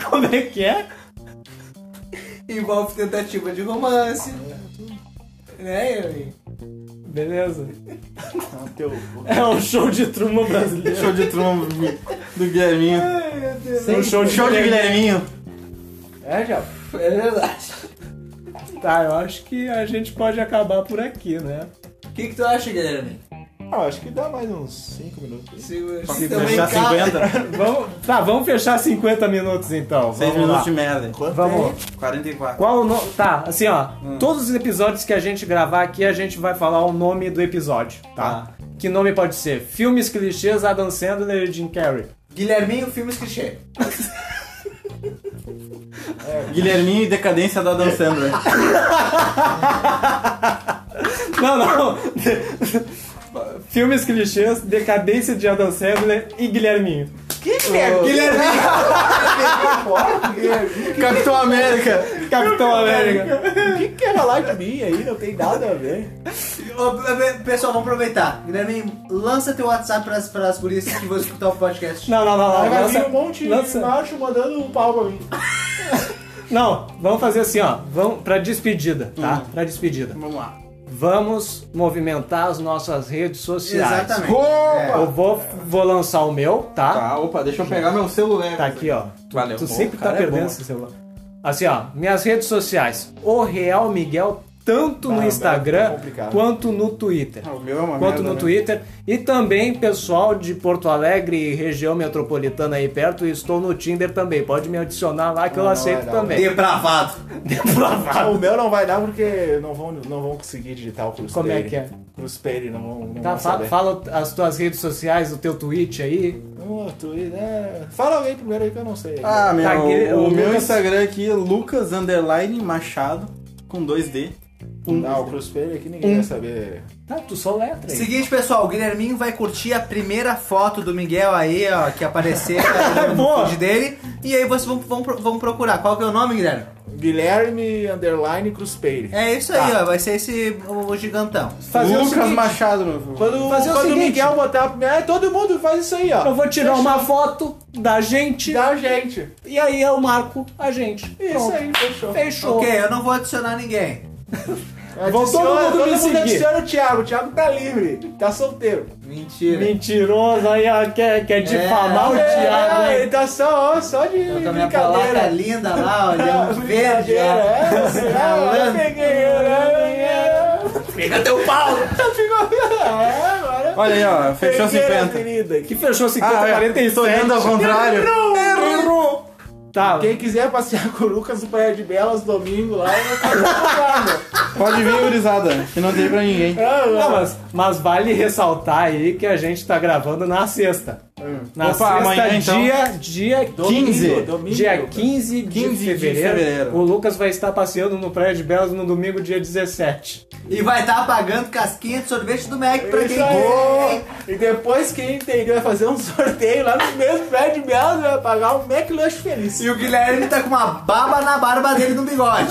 Speaker 1: Como é que é?
Speaker 3: Envolve tentativa de romance. Né, Guilherminho?
Speaker 1: Beleza.
Speaker 2: Ah, teu-
Speaker 1: É um show de truma brasileiro.
Speaker 4: Show de trombo do Guilherminho.
Speaker 3: Ai, meu Deus.
Speaker 1: um show de
Speaker 4: Show de Guilherminho.
Speaker 1: É, já.
Speaker 3: É verdade.
Speaker 1: Tá, eu acho que a gente pode acabar por aqui, né?
Speaker 3: O que, que tu acha, Guilherminho?
Speaker 1: Cara,
Speaker 2: Ah, acho que dá mais uns 5 minutos.
Speaker 6: Pra
Speaker 3: também
Speaker 6: fechar
Speaker 3: cabe.
Speaker 6: 50?
Speaker 1: Vamos, tá, vamos fechar 50 minutos então.
Speaker 4: 6
Speaker 1: Vamos
Speaker 4: minutos
Speaker 1: lá.
Speaker 4: de merda.
Speaker 1: Vamos.
Speaker 4: 44.
Speaker 1: Qual o nome? Tá, assim ó,
Speaker 4: Hum.
Speaker 1: todos os episódios que a gente gravar aqui, a gente vai falar o nome do episódio, tá? Que nome pode ser? Filmes clichês, Adam Sandler e Jim Carrey.
Speaker 3: Guilherminho, filmes clichê.
Speaker 4: Guilherminho e decadência da Dan Sandler.
Speaker 1: Não, não. Filmes clichês, decadência de Adam Sandler e Guilherminho.
Speaker 3: Guilherminho!
Speaker 4: Capitão América.
Speaker 1: Capitão América.
Speaker 2: O que, que era lá de mim aí? Não tem nada a ver.
Speaker 3: Ô, Pessoal, vamos aproveitar. Guilherminho, lança teu WhatsApp pras, pras gurias que vão escutar o podcast.
Speaker 1: Não, não, não, não.
Speaker 2: Aí vai vir
Speaker 1: lança-
Speaker 2: um monte
Speaker 1: lança-
Speaker 2: de macho mandando um pau pra mim.
Speaker 1: Não, vamos fazer assim, ó. Vamos pra despedida, tá?
Speaker 4: Hum.
Speaker 1: Pra despedida.
Speaker 4: Vamos lá.
Speaker 1: Vamos movimentar as nossas redes sociais.
Speaker 3: Exatamente.
Speaker 2: Opa!
Speaker 1: Eu vou, vou lançar o meu, tá?
Speaker 4: Tá, opa, deixa eu pegar meu celular.
Speaker 1: Tá aqui, ó.
Speaker 4: Valeu.
Speaker 1: Tu
Speaker 4: Pô,
Speaker 1: sempre tá
Speaker 4: cara, é
Speaker 1: perdendo
Speaker 4: bom.
Speaker 1: esse celular. Assim, ó, minhas redes sociais. O Real Miguel, tanto
Speaker 2: Ah,
Speaker 1: no
Speaker 2: é
Speaker 1: Instagram
Speaker 2: complicado.
Speaker 1: quanto no Twitter.
Speaker 4: Ah, O meu é uma
Speaker 1: Quanto
Speaker 4: merda
Speaker 1: no
Speaker 4: mesmo.
Speaker 1: Twitter. E também, pessoal de Porto Alegre e região metropolitana aí perto, estou no Tinder também. Pode me adicionar lá que eu
Speaker 2: não
Speaker 1: aceito
Speaker 2: vai dar.
Speaker 1: também.
Speaker 3: Depravado.
Speaker 1: Depravado.
Speaker 2: É. O meu não vai dar porque não vão, não vão conseguir digitar o Cruz
Speaker 1: Como é
Speaker 2: Peire.
Speaker 1: que é?
Speaker 2: Cruz Peire, não vão, não
Speaker 1: Tá,
Speaker 2: vão
Speaker 1: fa-
Speaker 2: saber.
Speaker 1: fala as tuas redes sociais, o teu tweet aí.
Speaker 2: Não, tu- é, Fala alguém primeiro aí que eu não sei.
Speaker 4: Ah, meu,
Speaker 1: Tá aqui,
Speaker 4: o,
Speaker 1: o
Speaker 4: meu
Speaker 1: Lucas-
Speaker 4: Instagram aqui é lucas underline machado com 2D. Um.
Speaker 2: não, o Cruz Peire aqui
Speaker 1: um
Speaker 2: ninguém vai saber.
Speaker 1: Tá, tu só letra aí.
Speaker 3: Seguinte, pessoal, o Guilherminho vai curtir a primeira foto do Miguel aí, ó, que apareceu no
Speaker 2: É
Speaker 1: Boa.
Speaker 3: feed dele. E aí vocês vão, vão, vão procurar. Qual que é o nome, Guilherme?
Speaker 2: Guilherme Underline Cruz Peire.
Speaker 3: É isso aí,
Speaker 2: Tá.
Speaker 3: ó. Vai ser esse o o gigantão.
Speaker 1: Fazer o
Speaker 4: Lucas
Speaker 1: seguinte-
Speaker 4: Machado, meu filho.
Speaker 2: Quando,
Speaker 1: Fazer o
Speaker 2: quando
Speaker 1: seguinte.
Speaker 2: Miguel botar a primeira. É, todo mundo faz isso aí, ó.
Speaker 1: Eu vou tirar uma foto da gente
Speaker 2: Da gente.
Speaker 1: e aí eu marco a gente.
Speaker 2: Isso
Speaker 1: Pronto.
Speaker 2: aí, fechou.
Speaker 1: Fechou.
Speaker 3: Ok, eu não vou adicionar ninguém.
Speaker 1: Vão todo
Speaker 2: Adiciona-
Speaker 1: mundo me
Speaker 2: todo
Speaker 1: seguir.
Speaker 2: adiciona o Thiago. O Thiago tá livre. Tá solteiro.
Speaker 3: Mentira.
Speaker 1: Mentiroso aí, ó, é, quer, quer difamar o
Speaker 2: É,
Speaker 1: Thiago. né? hein?
Speaker 2: Ele tá só, ó, só de
Speaker 3: Eu com a minha palavra
Speaker 1: é
Speaker 2: brincadeira.
Speaker 3: linda lá, olha, um verde.
Speaker 2: Brincadeira, é,
Speaker 3: ó.
Speaker 2: será? Eu
Speaker 3: Malandro.
Speaker 2: peguei, é, é.
Speaker 4: Pega teu pau! Olha aí, ó, fechou Ah,
Speaker 2: Peguei a
Speaker 4: 50.
Speaker 2: avenida.
Speaker 1: Que fechou 50,
Speaker 4: Ah, é.
Speaker 1: 47.
Speaker 4: Tô indo ao contrário.
Speaker 1: Errou. Tá,
Speaker 2: Quem quiser passear com o Lucas no Praia de Belas domingo lá, eu vou fazer
Speaker 4: Pode vir, gurizada, que não tem pra ninguém.
Speaker 1: não, mas, mas vale ressaltar aí que a gente tá gravando na sexta. Na
Speaker 2: Hum.
Speaker 4: Opa,
Speaker 1: sexta,
Speaker 4: amanhã, então.
Speaker 1: dia, dia
Speaker 4: 15.
Speaker 2: Domingo,
Speaker 1: Dia
Speaker 2: Lucas.
Speaker 1: 15, de,
Speaker 4: 15 de
Speaker 1: fevereiro,
Speaker 4: fevereiro.
Speaker 1: o Lucas vai estar passeando no Praia de Belas no domingo, dia 17.
Speaker 3: E vai estar pagando casquinha de sorvete do Mac pra quem
Speaker 2: Boa. E depois quem entendeu vai fazer um sorteio lá no mesmo Praia de Belas vai pagar um McLanche feliz.
Speaker 3: E o Guilherme tá com uma baba na barba dele no bigode.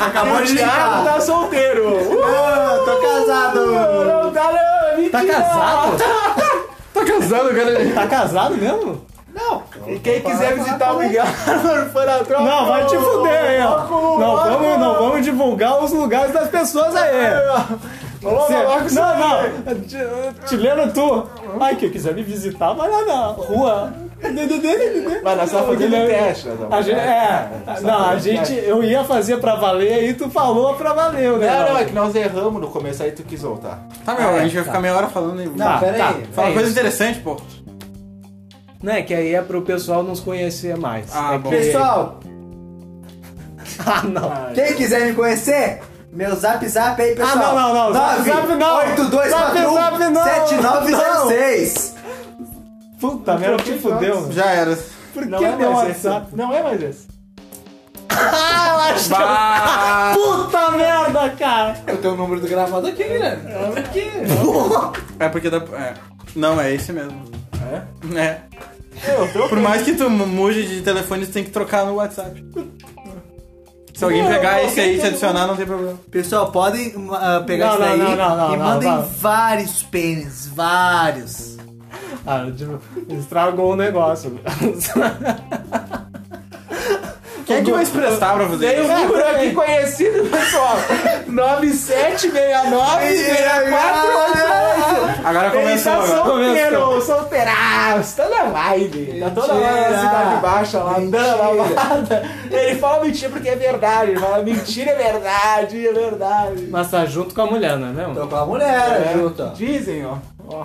Speaker 3: Acabou de
Speaker 2: o Thiago
Speaker 3: ligar.
Speaker 2: tá solteiro. Uh,
Speaker 3: Ah, tô casado.
Speaker 2: não dá não, mentira.
Speaker 1: Tá casado?
Speaker 4: Tá casado, cara?
Speaker 1: Tá casado mesmo?
Speaker 2: E quem quiser visitar o Miguel no Fanatrão...
Speaker 1: Não, vai te fuder aí, ó. Não vamos, não vamos divulgar os lugares das pessoas aí.
Speaker 2: Vamos
Speaker 1: Cê-
Speaker 2: falar com isso
Speaker 1: não,
Speaker 2: aí.
Speaker 1: não. Te- Te lembra tu? Ai, quem quiser me visitar, vai lá na rua.
Speaker 2: Mas nós só fazendo
Speaker 1: Guilherme.
Speaker 2: teste, né?
Speaker 1: A gente, é, não, a gente, eu ia fazer pra valer e tu falou pra valer, né?
Speaker 2: Não, não, é que nós erramos no começo, aí tu quis voltar.
Speaker 4: Tá, meu, a gente vai ficar meia hora falando e.
Speaker 1: Tá,
Speaker 3: pera
Speaker 1: Ah, tá,
Speaker 3: aí.
Speaker 4: Fala
Speaker 1: é
Speaker 4: coisa
Speaker 1: isso.
Speaker 4: interessante, pô.
Speaker 1: Né, que aí é pro pessoal nos conhecer mais.
Speaker 4: Ah,
Speaker 1: é
Speaker 4: bom.
Speaker 1: que-
Speaker 3: Pessoal,
Speaker 1: Ah, não.
Speaker 3: quem quiser me conhecer, meu zap zap aí, pessoal.
Speaker 1: Ah, não, não, não. Zap, zap, não.
Speaker 3: 8241
Speaker 1: Zap, zap, não.
Speaker 3: 7906.
Speaker 1: Puta merda, te fudeu, mano.
Speaker 4: Já era.
Speaker 1: Por
Speaker 2: é Não
Speaker 1: que
Speaker 2: é
Speaker 1: deu
Speaker 2: mais esse.
Speaker 1: WhatsApp?
Speaker 2: Não é mais esse.
Speaker 1: Ah, eu acho que eu-
Speaker 4: Bah!
Speaker 1: Puta merda, cara.
Speaker 3: Eu tenho o número do gravado aqui, Guilherme.
Speaker 4: É porque dá. É. Não, é esse mesmo. É? É. um
Speaker 2: Eu tô
Speaker 4: Por mais que tu mu- mude de telefone, tu tem que trocar no WhatsApp. Se alguém pegar esse aí e te adicionar, não tem problema.
Speaker 3: Pessoal, podem ah, pegar
Speaker 1: Não,
Speaker 3: isso
Speaker 1: não,
Speaker 3: daí
Speaker 1: não, não, não,
Speaker 3: e
Speaker 1: não,
Speaker 3: mandem
Speaker 1: não.
Speaker 3: vários pênis, vários.
Speaker 1: Ah, tipo, estragou o negócio.
Speaker 4: Quem é que vai se prestar pra fazer
Speaker 2: Tem um
Speaker 4: isso?
Speaker 2: número aqui conhecido, pessoal. 9769-6488.
Speaker 4: Agora
Speaker 2: Ele
Speaker 4: começou.
Speaker 2: tá
Speaker 4: agora.
Speaker 2: solteiro, solteiraço, tá na vibe. Tá toda hora na
Speaker 3: Mentira.
Speaker 2: cidade baixa, lá, andando na
Speaker 3: Mentira.
Speaker 2: balada. Ele fala mentira porque é verdade. Ele fala mentira é verdade, é verdade.
Speaker 1: Mas tá junto com a mulher, não é mesmo?
Speaker 3: Tô com a mulher,
Speaker 2: É,
Speaker 3: junto. ó.
Speaker 2: Dizem, ó.
Speaker 4: Ó,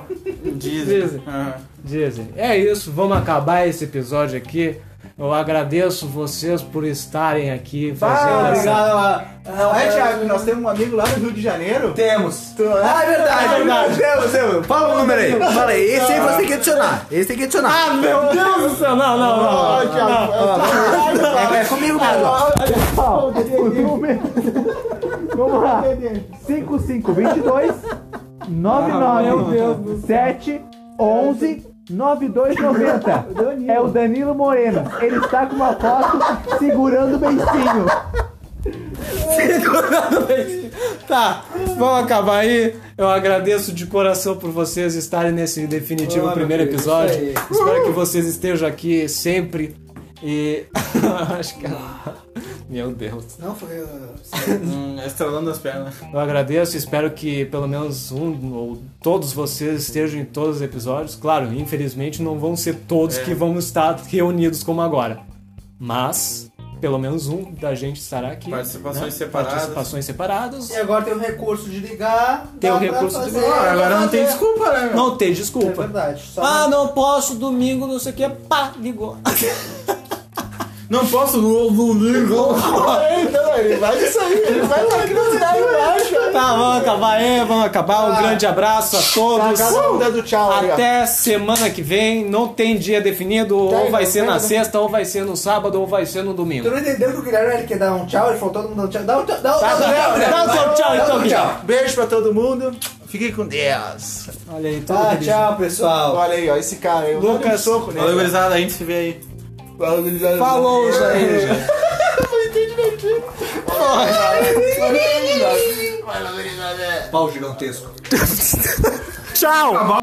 Speaker 7: Dizem.
Speaker 1: Dizem.
Speaker 4: Aham.
Speaker 1: Dizem. É isso, vamos acabar esse episódio aqui. Eu agradeço vocês por estarem aqui fazendo essa.
Speaker 5: Ah, obrigado. ah, Não é, Thiago, que nós temos um amigo lá do Rio de Janeiro?
Speaker 7: Temos.
Speaker 5: Tu- Ah, é verdade, é verdade. Temos, temos.
Speaker 3: Fala o número aí. Fala aí. Esse aí você tem que adicionar. Esse tem que adicionar.
Speaker 1: Meu Deus do céu, não, não, não.
Speaker 5: Ah, Thiago,
Speaker 3: é, é comigo mesmo. ó.
Speaker 8: Vamos lá. 55 22 99 7 11 9290. É o Danilo Moreno. Ele está com uma foto segurando o beicinho.
Speaker 1: Tá, vamos acabar aí. Eu agradeço de coração por vocês estarem nesse definitivo primeiro episódio. Espero que vocês estejam aqui sempre. E. Acho que. Meu Deus.
Speaker 3: Não, foi. uh,
Speaker 4: Hum, estralando as pernas.
Speaker 1: Eu agradeço, espero que pelo menos um ou todos vocês estejam em todos os episódios. Claro, infelizmente não vão ser todos que vão estar reunidos como agora. Mas, pelo menos um da gente estará aqui.
Speaker 4: Participações separadas.
Speaker 1: Participações separadas.
Speaker 3: E agora tem o recurso de ligar.
Speaker 1: Tem
Speaker 3: dá
Speaker 1: o
Speaker 3: pra
Speaker 1: recurso de
Speaker 3: fazer,
Speaker 1: ligar.
Speaker 3: dá
Speaker 4: Agora
Speaker 3: pra
Speaker 4: não tem
Speaker 3: fazer.
Speaker 4: desculpa, né? meu?
Speaker 1: Não tem
Speaker 3: É
Speaker 1: desculpa.
Speaker 3: verdade. Só
Speaker 1: Ah, não posso, domingo, não sei o que. Pá, ligou.
Speaker 4: Não posso, não, não ligo.
Speaker 5: Ah,
Speaker 1: Tá, vamos acabar aí, vamos acabar. Um grande abraço a todos.
Speaker 5: Acabamos dando tchau. aí, ó.
Speaker 1: Até semana que vem. Não tem dia definido. Ou vai ser na sexta, ou vai ser no sábado, ou vai ser no
Speaker 3: Tu
Speaker 1: domingo.
Speaker 3: não entendeu que o Guilherme ele quer dar um tchau, ele falou todo mundo dá um tchau. Dá um tchau, dá um dá um tchau. Guilherme,
Speaker 1: Dá o
Speaker 3: vai.
Speaker 1: seu tchau,
Speaker 3: Dá
Speaker 1: então,
Speaker 3: um
Speaker 1: Guilherme.
Speaker 5: Beijo pra todo mundo. Fiquem com Deus.
Speaker 1: Olha aí,
Speaker 3: Tá,
Speaker 1: tudo
Speaker 3: tchau, pessoal.
Speaker 5: Ah, Olha aí, ó, esse cara aí. eu
Speaker 1: Lucas.
Speaker 5: dou um soco nele.
Speaker 4: Valeu, gurizada. A gente se vê aí.
Speaker 1: Falou, Jair.
Speaker 3: Tchau.